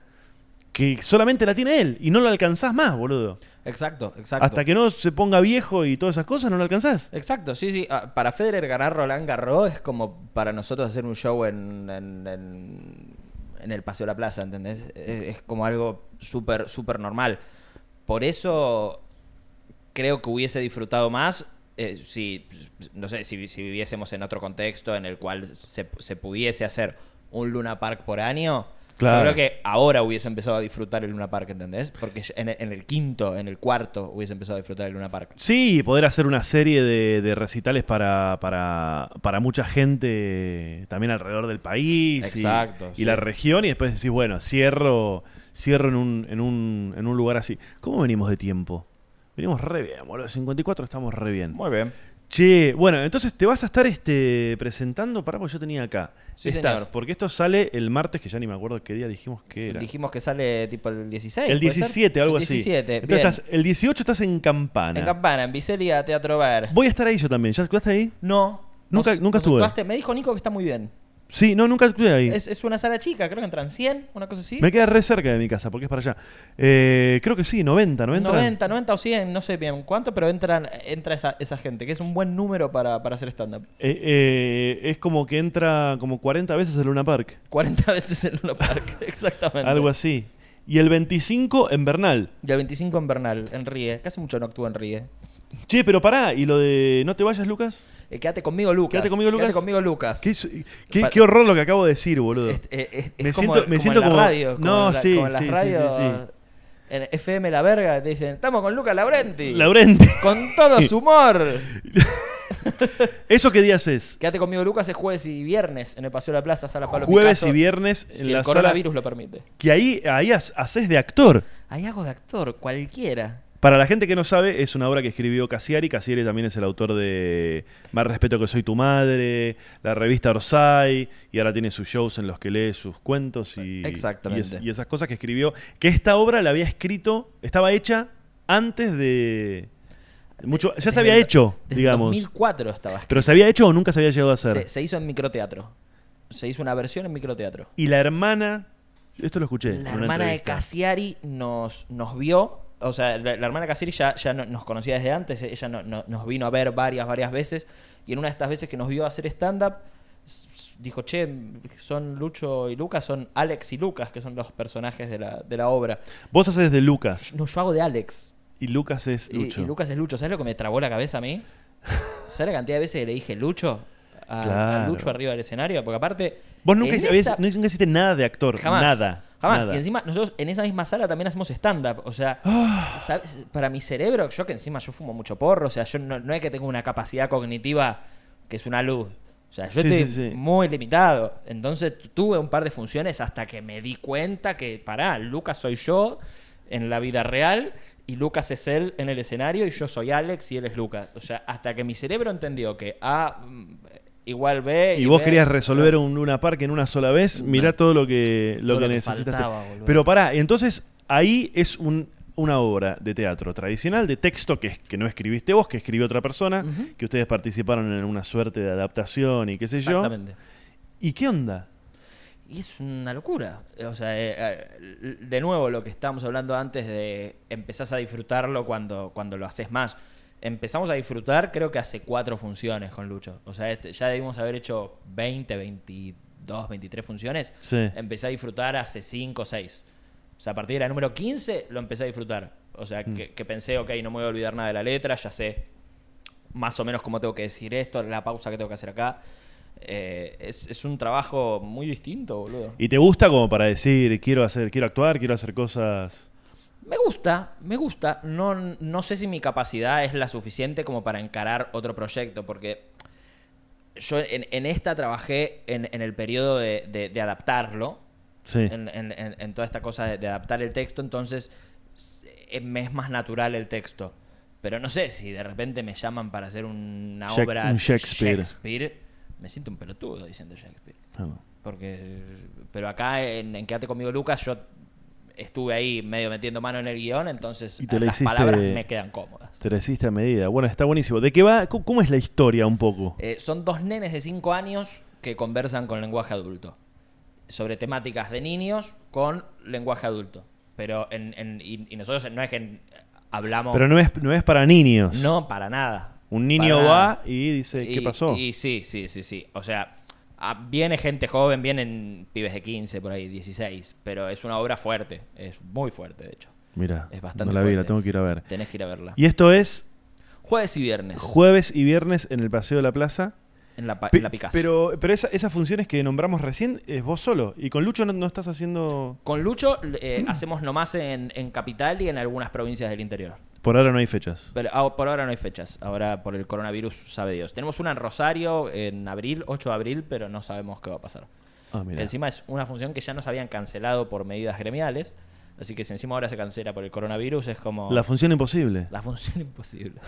S1: que solamente la tiene él y no la alcanzás más, boludo.
S2: Exacto, exacto.
S1: Hasta que no se ponga viejo y todas esas cosas, no la alcanzás.
S2: Exacto, sí, sí. Ah, Para Federer ganar Roland Garros es como para nosotros hacer un show en, en, en- en el Paseo de la Plaza, ¿entendés? Es, es como algo súper, súper normal. Por eso creo que hubiese disfrutado más eh, si, no sé, si, si viviésemos en otro contexto en el cual se, se pudiese hacer un Luna Park por año.
S1: Claro.
S2: Yo creo que ahora hubiese empezado a disfrutar el Luna Park, ¿entendés? Porque en el, en el quinto, en el cuarto, hubiese empezado a disfrutar el Luna Park.
S1: Sí, y poder hacer una serie de, de recitales para, para, para mucha gente también alrededor del país y-
S2: Exacto,
S1: y,
S2: sí.
S1: la región y después decís, bueno, cierro, cierro en, un, en, un, en un lugar así. ¿Cómo venimos de tiempo? Venimos re bien, boludo. 54 estamos re bien.
S2: Muy bien.
S1: Che, bueno, entonces te vas a estar este, presentando. Pará, porque yo tenía acá.
S2: Sí,
S1: Estás,
S2: señor.
S1: porque esto sale el martes, que ya ni me acuerdo qué día dijimos que era.
S2: Dijimos que sale tipo el 16.
S1: El
S2: ¿puede ser?
S1: 17, algo
S2: El
S1: así.
S2: 17,
S1: Entonces
S2: bien.
S1: estás- el 18 estás en Campana.
S2: En Campana, en Vicelia, Teatro Ver.
S1: Voy a estar ahí yo también. ¿Ya estás ahí?
S2: No.
S1: Nunca-
S2: ¿Nos-
S1: nunca
S2: nos
S1: estuve.
S2: actuaste? Me dijo Nico que está muy bien.
S1: Sí, no, nunca estuve ahí.
S2: Es, es una sala chica, creo que entran 100, una cosa así.
S1: Me queda re cerca de mi casa, porque es para allá. Eh, creo que sí, 90, 90.
S2: 90, 90 o 100, no sé bien cuánto, pero entran, entra esa, esa gente, que es un buen número para, para hacer stand-up.
S1: Eh, eh, es como que entra como 40 veces el Luna Park.
S2: 40 veces en Luna Park, exactamente.
S1: Algo así. Y el 25 en Bernal.
S2: Y el 25 en Bernal, en Ríe. Casi mucho no actúa en Ríe.
S1: Che, pero pará, ¿y lo de no te vayas, Lucas?
S2: Eh, quédate conmigo, Lucas.
S1: Quédate conmigo, Lucas.
S2: Quédate conmigo, Lucas.
S1: ¿Qué, qué-
S2: Pa-
S1: qué horror lo que acabo de decir, boludo.
S2: Es- eh, es- es
S1: Me
S2: como-
S1: siento- me siento
S2: en la
S1: como-
S2: radio, como
S1: No,
S2: en la-
S1: sí,
S2: como en las
S1: sí, sí,
S2: radios,
S1: sí, sí.
S2: En FM La Verga te dicen, estamos con Lucas Laurenti.
S1: Laurente.
S2: Con todo su humor.
S1: ¿Eso qué días es?
S2: Quédate conmigo, Lucas, es jueves y viernes en el Paseo de la Plaza, Sala Pablo
S1: Jueves
S2: Picasso,
S1: y viernes en
S2: Si
S1: la sala.
S2: el coronavirus lo permite.
S1: Que ahí, ahí has- haces de actor.
S2: Hay algo de actor, cualquiera.
S1: Para la gente que no sabe, es una obra que escribió Cassiari. Cassiari también es el autor de Más respeto que soy tu madre, la revista Orsay, y ahora tiene sus shows en los que lee sus cuentos y,
S2: Exactamente.
S1: y es- y esas cosas que escribió. Que esta obra la había escrito, estaba hecha antes de... mucho Ya se
S2: Desde
S1: había
S2: el-
S1: hecho,
S2: desde el
S1: digamos.
S2: 2004 estaba escrito.
S1: Pero se había hecho o nunca se había llegado a hacer.
S2: Se, se hizo en microteatro. Se hizo una versión en microteatro.
S1: Y la hermana... Esto lo escuché. en
S2: La
S1: una
S2: hermana de
S1: entrevista.
S2: Cassiari nos, nos vio. O sea, la, la hermana de Cassiari ya, ya no- nos conocía desde antes. e, Ella no- no- nos vino a ver varias, varias veces. Y en una de estas veces que nos vio hacer stand-up, s- s- dijo, che, son Lucho y Lucas, son Alex y Lucas, que son los personajes de la, de la obra.
S1: Vos haces de Lucas.
S2: No, yo hago de Alex.
S1: Y Lucas es
S2: Y-
S1: Lucho.
S2: Y, Lucas es Lucho. ¿Sabes lo que me trabó la cabeza a mí? ¿Sabes la cantidad de veces que le dije Lucho? A, a
S1: Claro.
S2: Lucho arriba del escenario. Porque aparte...
S1: Vos nunca,
S2: en
S1: hici- habías-
S2: esa-
S1: nunca hiciste nada de actor.
S2: Jamás.
S1: Nada.
S2: Jamás.
S1: nada.
S2: Y encima, nosotros en esa misma sala también hacemos stand-up. O sea, ¿sabes? para mi cerebro, yo que encima yo fumo mucho porro, o sea, yo no, no es que tengo una capacidad cognitiva que es una luz. O sea, yo
S1: Sí,
S2: estoy
S1: sí, sí.
S2: muy limitado. Entonces tu- tuve un par de funciones hasta que me di cuenta que, pará, Lucas soy yo en la vida real y Lucas es él en el escenario y yo soy Alex y él es Lucas. O sea, hasta que mi cerebro entendió que A mm, igual B.
S1: Y vos
S2: B-
S1: querías resolver un Luna Park en una sola vez, mirá todo lo que, lo
S2: Todo
S1: que
S2: lo que
S1: necesitaste.
S2: faltaba, boludo.
S1: Pero pará, entonces ahí es un- una obra de teatro tradicional, de texto que, es- que no escribiste vos, que escribió otra persona,
S2: Ujú.
S1: que ustedes participaron en una suerte de adaptación y qué sé yo.
S2: Exactamente.
S1: ¿Y qué onda?
S2: Y es una locura. O sea, eh, eh, de nuevo lo que estábamos hablando antes de empezás a disfrutarlo cuando, cuando lo haces más. Empezamos a disfrutar creo que hace cuatro funciones con Lucho. O sea, este- ya debimos haber hecho 20, 22, 23 funciones.
S1: Sí.
S2: Empecé a disfrutar hace 5 o 6. O sea, a partir de la número 15 lo empecé a disfrutar. O sea, que, que pensé, ok, no me voy a olvidar nada de la letra, ya sé más o menos cómo tengo que decir esto, la pausa que tengo que hacer acá. Eh, es, es un trabajo muy distinto, boludo.
S1: ¿Y te gusta como para decir, quiero hacer, quiero actuar, quiero hacer cosas?
S2: Me gusta, me gusta. No, no sé si mi capacidad es la suficiente como para encarar otro proyecto, porque yo en, en esta trabajé en, en el periodo de, de- de adaptarlo,
S1: Sí.
S2: en, en- en- en toda esta cosa de, de adaptar el texto, entonces s- eh, me es más natural el texto. Pero no sé, si de repente me llaman para hacer una
S1: Shak-
S2: obra
S1: un
S2: de
S1: Shakespeare.
S2: Shakespeare, me siento un pelotudo diciendo Shakespeare.
S1: Ah.
S2: Porque, pero acá en, en Quédate conmigo, Lucas, yo estuve ahí medio metiendo mano en el guión, entonces
S1: Y te la
S2: las
S1: hiciste-
S2: palabras me quedan cómodas.
S1: Te la hiciste a medida. Bueno, está buenísimo. ¿De qué va? ¿Cómo- ¿Cómo es la historia un poco?
S2: Eh, son dos nenes de 5 años que conversan con lenguaje adulto. Sobre temáticas de niños con lenguaje adulto. Pero en, en- y, y nosotros no es que hablamos.
S1: Pero no es, no es para niños.
S2: No, para nada.
S1: Un niño
S2: Para nada.
S1: va y dice, ¿qué
S2: Y-
S1: pasó?
S2: Y sí, sí, sí, sí. O sea, ah, viene gente joven, vienen pibes de 15, por ahí, 16. Pero es una obra fuerte. Es muy fuerte, de hecho.
S1: Mira,
S2: Es bastante
S1: no la vi, la
S2: fuerte.
S1: tengo que ir a ver.
S2: Tenés que ir a verla.
S1: Y esto es
S2: Jueves y viernes.
S1: jueves y viernes en el Paseo de la Plaza.
S2: En la, pa-
S1: Pe-
S2: en la Picasso.
S1: Pero, pero esa- esas funciones que nombramos recién es vos solo. Y con Lucho no, no estás haciendo...
S2: Con Lucho eh, hacemos nomás en, en Capital y en algunas provincias del interior.
S1: Por ahora no hay fechas.
S2: Pero ah, por ahora no hay fechas. Ahora por el coronavirus, sabe Dios. Tenemos una en Rosario en abril, 8 de abril, pero no sabemos qué va a pasar.
S1: Ah,
S2: Que
S1: mira.
S2: encima es una función que ya nos habían cancelado por medidas gremiales. Así que si encima ahora se cancela por el coronavirus, es como
S1: La función imposible.
S2: la función imposible.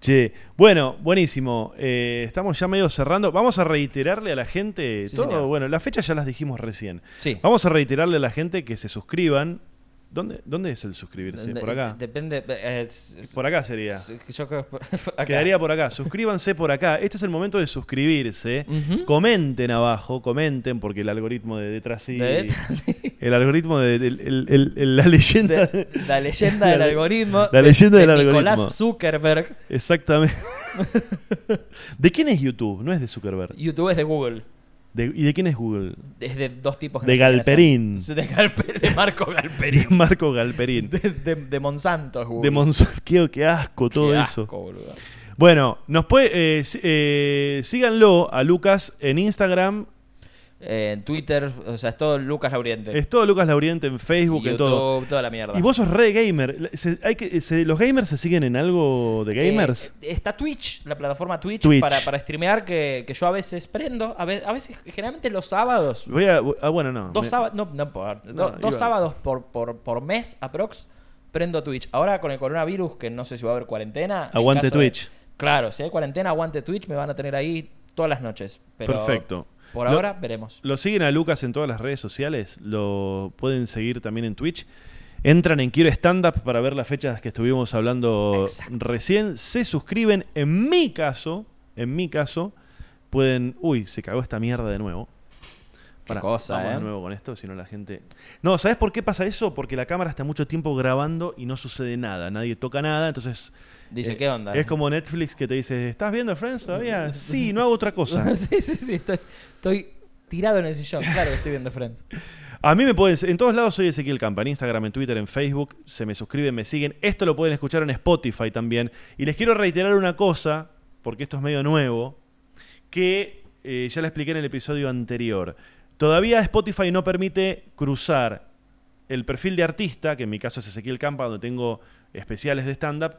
S1: Che, bueno, buenísimo. Eh, estamos ya medio cerrando. Vamos a reiterarle a la gente
S2: Sí,
S1: todo.
S2: señor.
S1: Bueno, las fechas ya las dijimos recién.
S2: Sí.
S1: Vamos a reiterarle a la gente que se suscriban. ¿Dónde, dónde es el suscribirse?
S2: De-
S1: Por acá.
S2: Depende. eh, es- es-
S1: Por acá sería.
S2: es- yo creo que por- acá.
S1: Quedaría por acá. Suscríbanse por acá. Este es el momento de suscribirse.
S2: Ujú.
S1: Comenten abajo, comenten, porque el algoritmo de detrás sí.
S2: De- sí.
S1: El algoritmo de, del- el- el- el- la leyenda.
S2: De- la leyenda
S1: La
S2: del
S1: le-
S2: algoritmo.
S1: la
S2: de-
S1: leyenda
S2: de
S1: del algoritmo.
S2: Nicolás Zuckerberg.
S1: Exactamente. ¿De quién es YouTube? No es de Zuckerberg.
S2: YouTube es de Google.
S1: De- ¿Y de quién es Google?
S2: Es de dos tipos. que
S1: De
S2: no se merecen.
S1: Galperín.
S2: De, Galpe- de Marco
S1: De
S2: Galperín.
S1: Marco Galperín.
S2: De, de- de Monsanto es Google.
S1: De Monsanto. Qué, qué asco
S2: Qué
S1: todo
S2: asco,
S1: eso.
S2: boludo.
S1: Bueno, nos puede, eh, sí- eh, síganlo a Lucas en Instagram.
S2: Eh, en Twitter, o sea, es todo Lucas Lauriente.
S1: Es todo Lucas Lauriente en Facebook, en
S2: YouTube,
S1: todo.
S2: toda la mierda.
S1: Y vos sos re gamer. La- se- hay que- se- ¿Los gamers se siguen en algo de
S2: Eh,
S1: gamers?
S2: está Twitch, la plataforma Twitch,
S1: Twitch.
S2: Para, para streamear que, que yo a veces prendo, a, ve- a veces, generalmente los sábados,
S1: Voy a, ah, bueno, no.
S2: dos,
S1: Me-
S2: sábados no, no por- do-
S1: No,
S2: dos
S1: igual.
S2: sábados por, por, por mes aprox prendo Twitch. Ahora con el coronavirus, que no sé si va a haber cuarentena. en
S1: Aguante
S2: caso de-
S1: Twitch.
S2: claro, si hay cuarentena, aguante Twitch, me van a tener ahí todas las noches. Pero
S1: Perfecto.
S2: Por
S1: Lo-
S2: ahora veremos.
S1: Lo siguen a Lucas en todas las redes sociales. Lo pueden seguir también en Twitch. Entran en Quiero Stand Up para ver las fechas que estuvimos hablando
S2: Exacto.
S1: recién. Se suscriben. En mi caso, en mi caso, pueden. Uy, se cagó esta mierda de nuevo.
S2: Qué
S1: Pará,
S2: cosa,
S1: vamos
S2: ¿eh?
S1: de nuevo con esto, si no la gente. No, ¿sabes por qué pasa eso? Porque la cámara está mucho tiempo grabando y no sucede nada. Nadie toca nada, entonces.
S2: Dice,
S1: eh,
S2: ¿qué onda?
S1: Es como Netflix que te dice: ¿Estás viendo Friends todavía? Sí, no hago otra cosa.
S2: sí, sí, sí, estoy, estoy tirado en el sillón, claro que estoy viendo Friends.
S1: A mí me pueden, en todos lados soy Ezequiel Campa, en Instagram, en Twitter, en Facebook, se me suscriben, me siguen. Esto lo pueden escuchar en Spotify también. Y les quiero reiterar una cosa, porque esto es medio nuevo, que eh, ya la expliqué en el episodio anterior. Todavía Spotify no permite cruzar el perfil de artista, que en mi caso es Ezequiel Campa, donde tengo especiales de stand-up,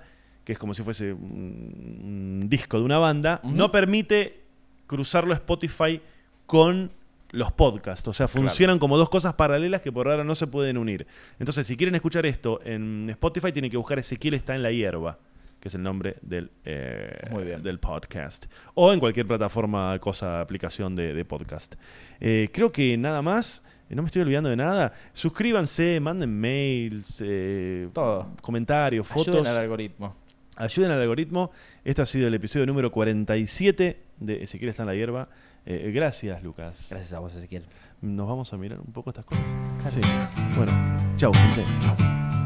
S1: que es como si fuese un, un disco de una banda,
S2: Ujú.
S1: no permite cruzarlo a Spotify con los podcasts. O sea, funcionan como dos cosas paralelas que por ahora no se pueden unir. Entonces, si quieren escuchar esto en Spotify, tienen que buscar Ezequiel está en la hierba, que es el nombre del, eh,
S2: Muy bien.
S1: del podcast. O en cualquier plataforma, cosa, aplicación de, de podcast. Eh, creo que nada más. eh, No me estoy olvidando de nada. Suscríbanse, manden mails, eh,
S2: Todo.
S1: comentarios, fotos.
S2: Ayuden al algoritmo.
S1: Ayuden al algoritmo. Este ha sido el episodio número 47 de Ezequiel está en la hierba. Eh, gracias, Lucas.
S2: Gracias a vos, Ezequiel.
S1: Nos vamos a mirar un poco estas cosas. Sí. Bueno, chau, gente. Chau.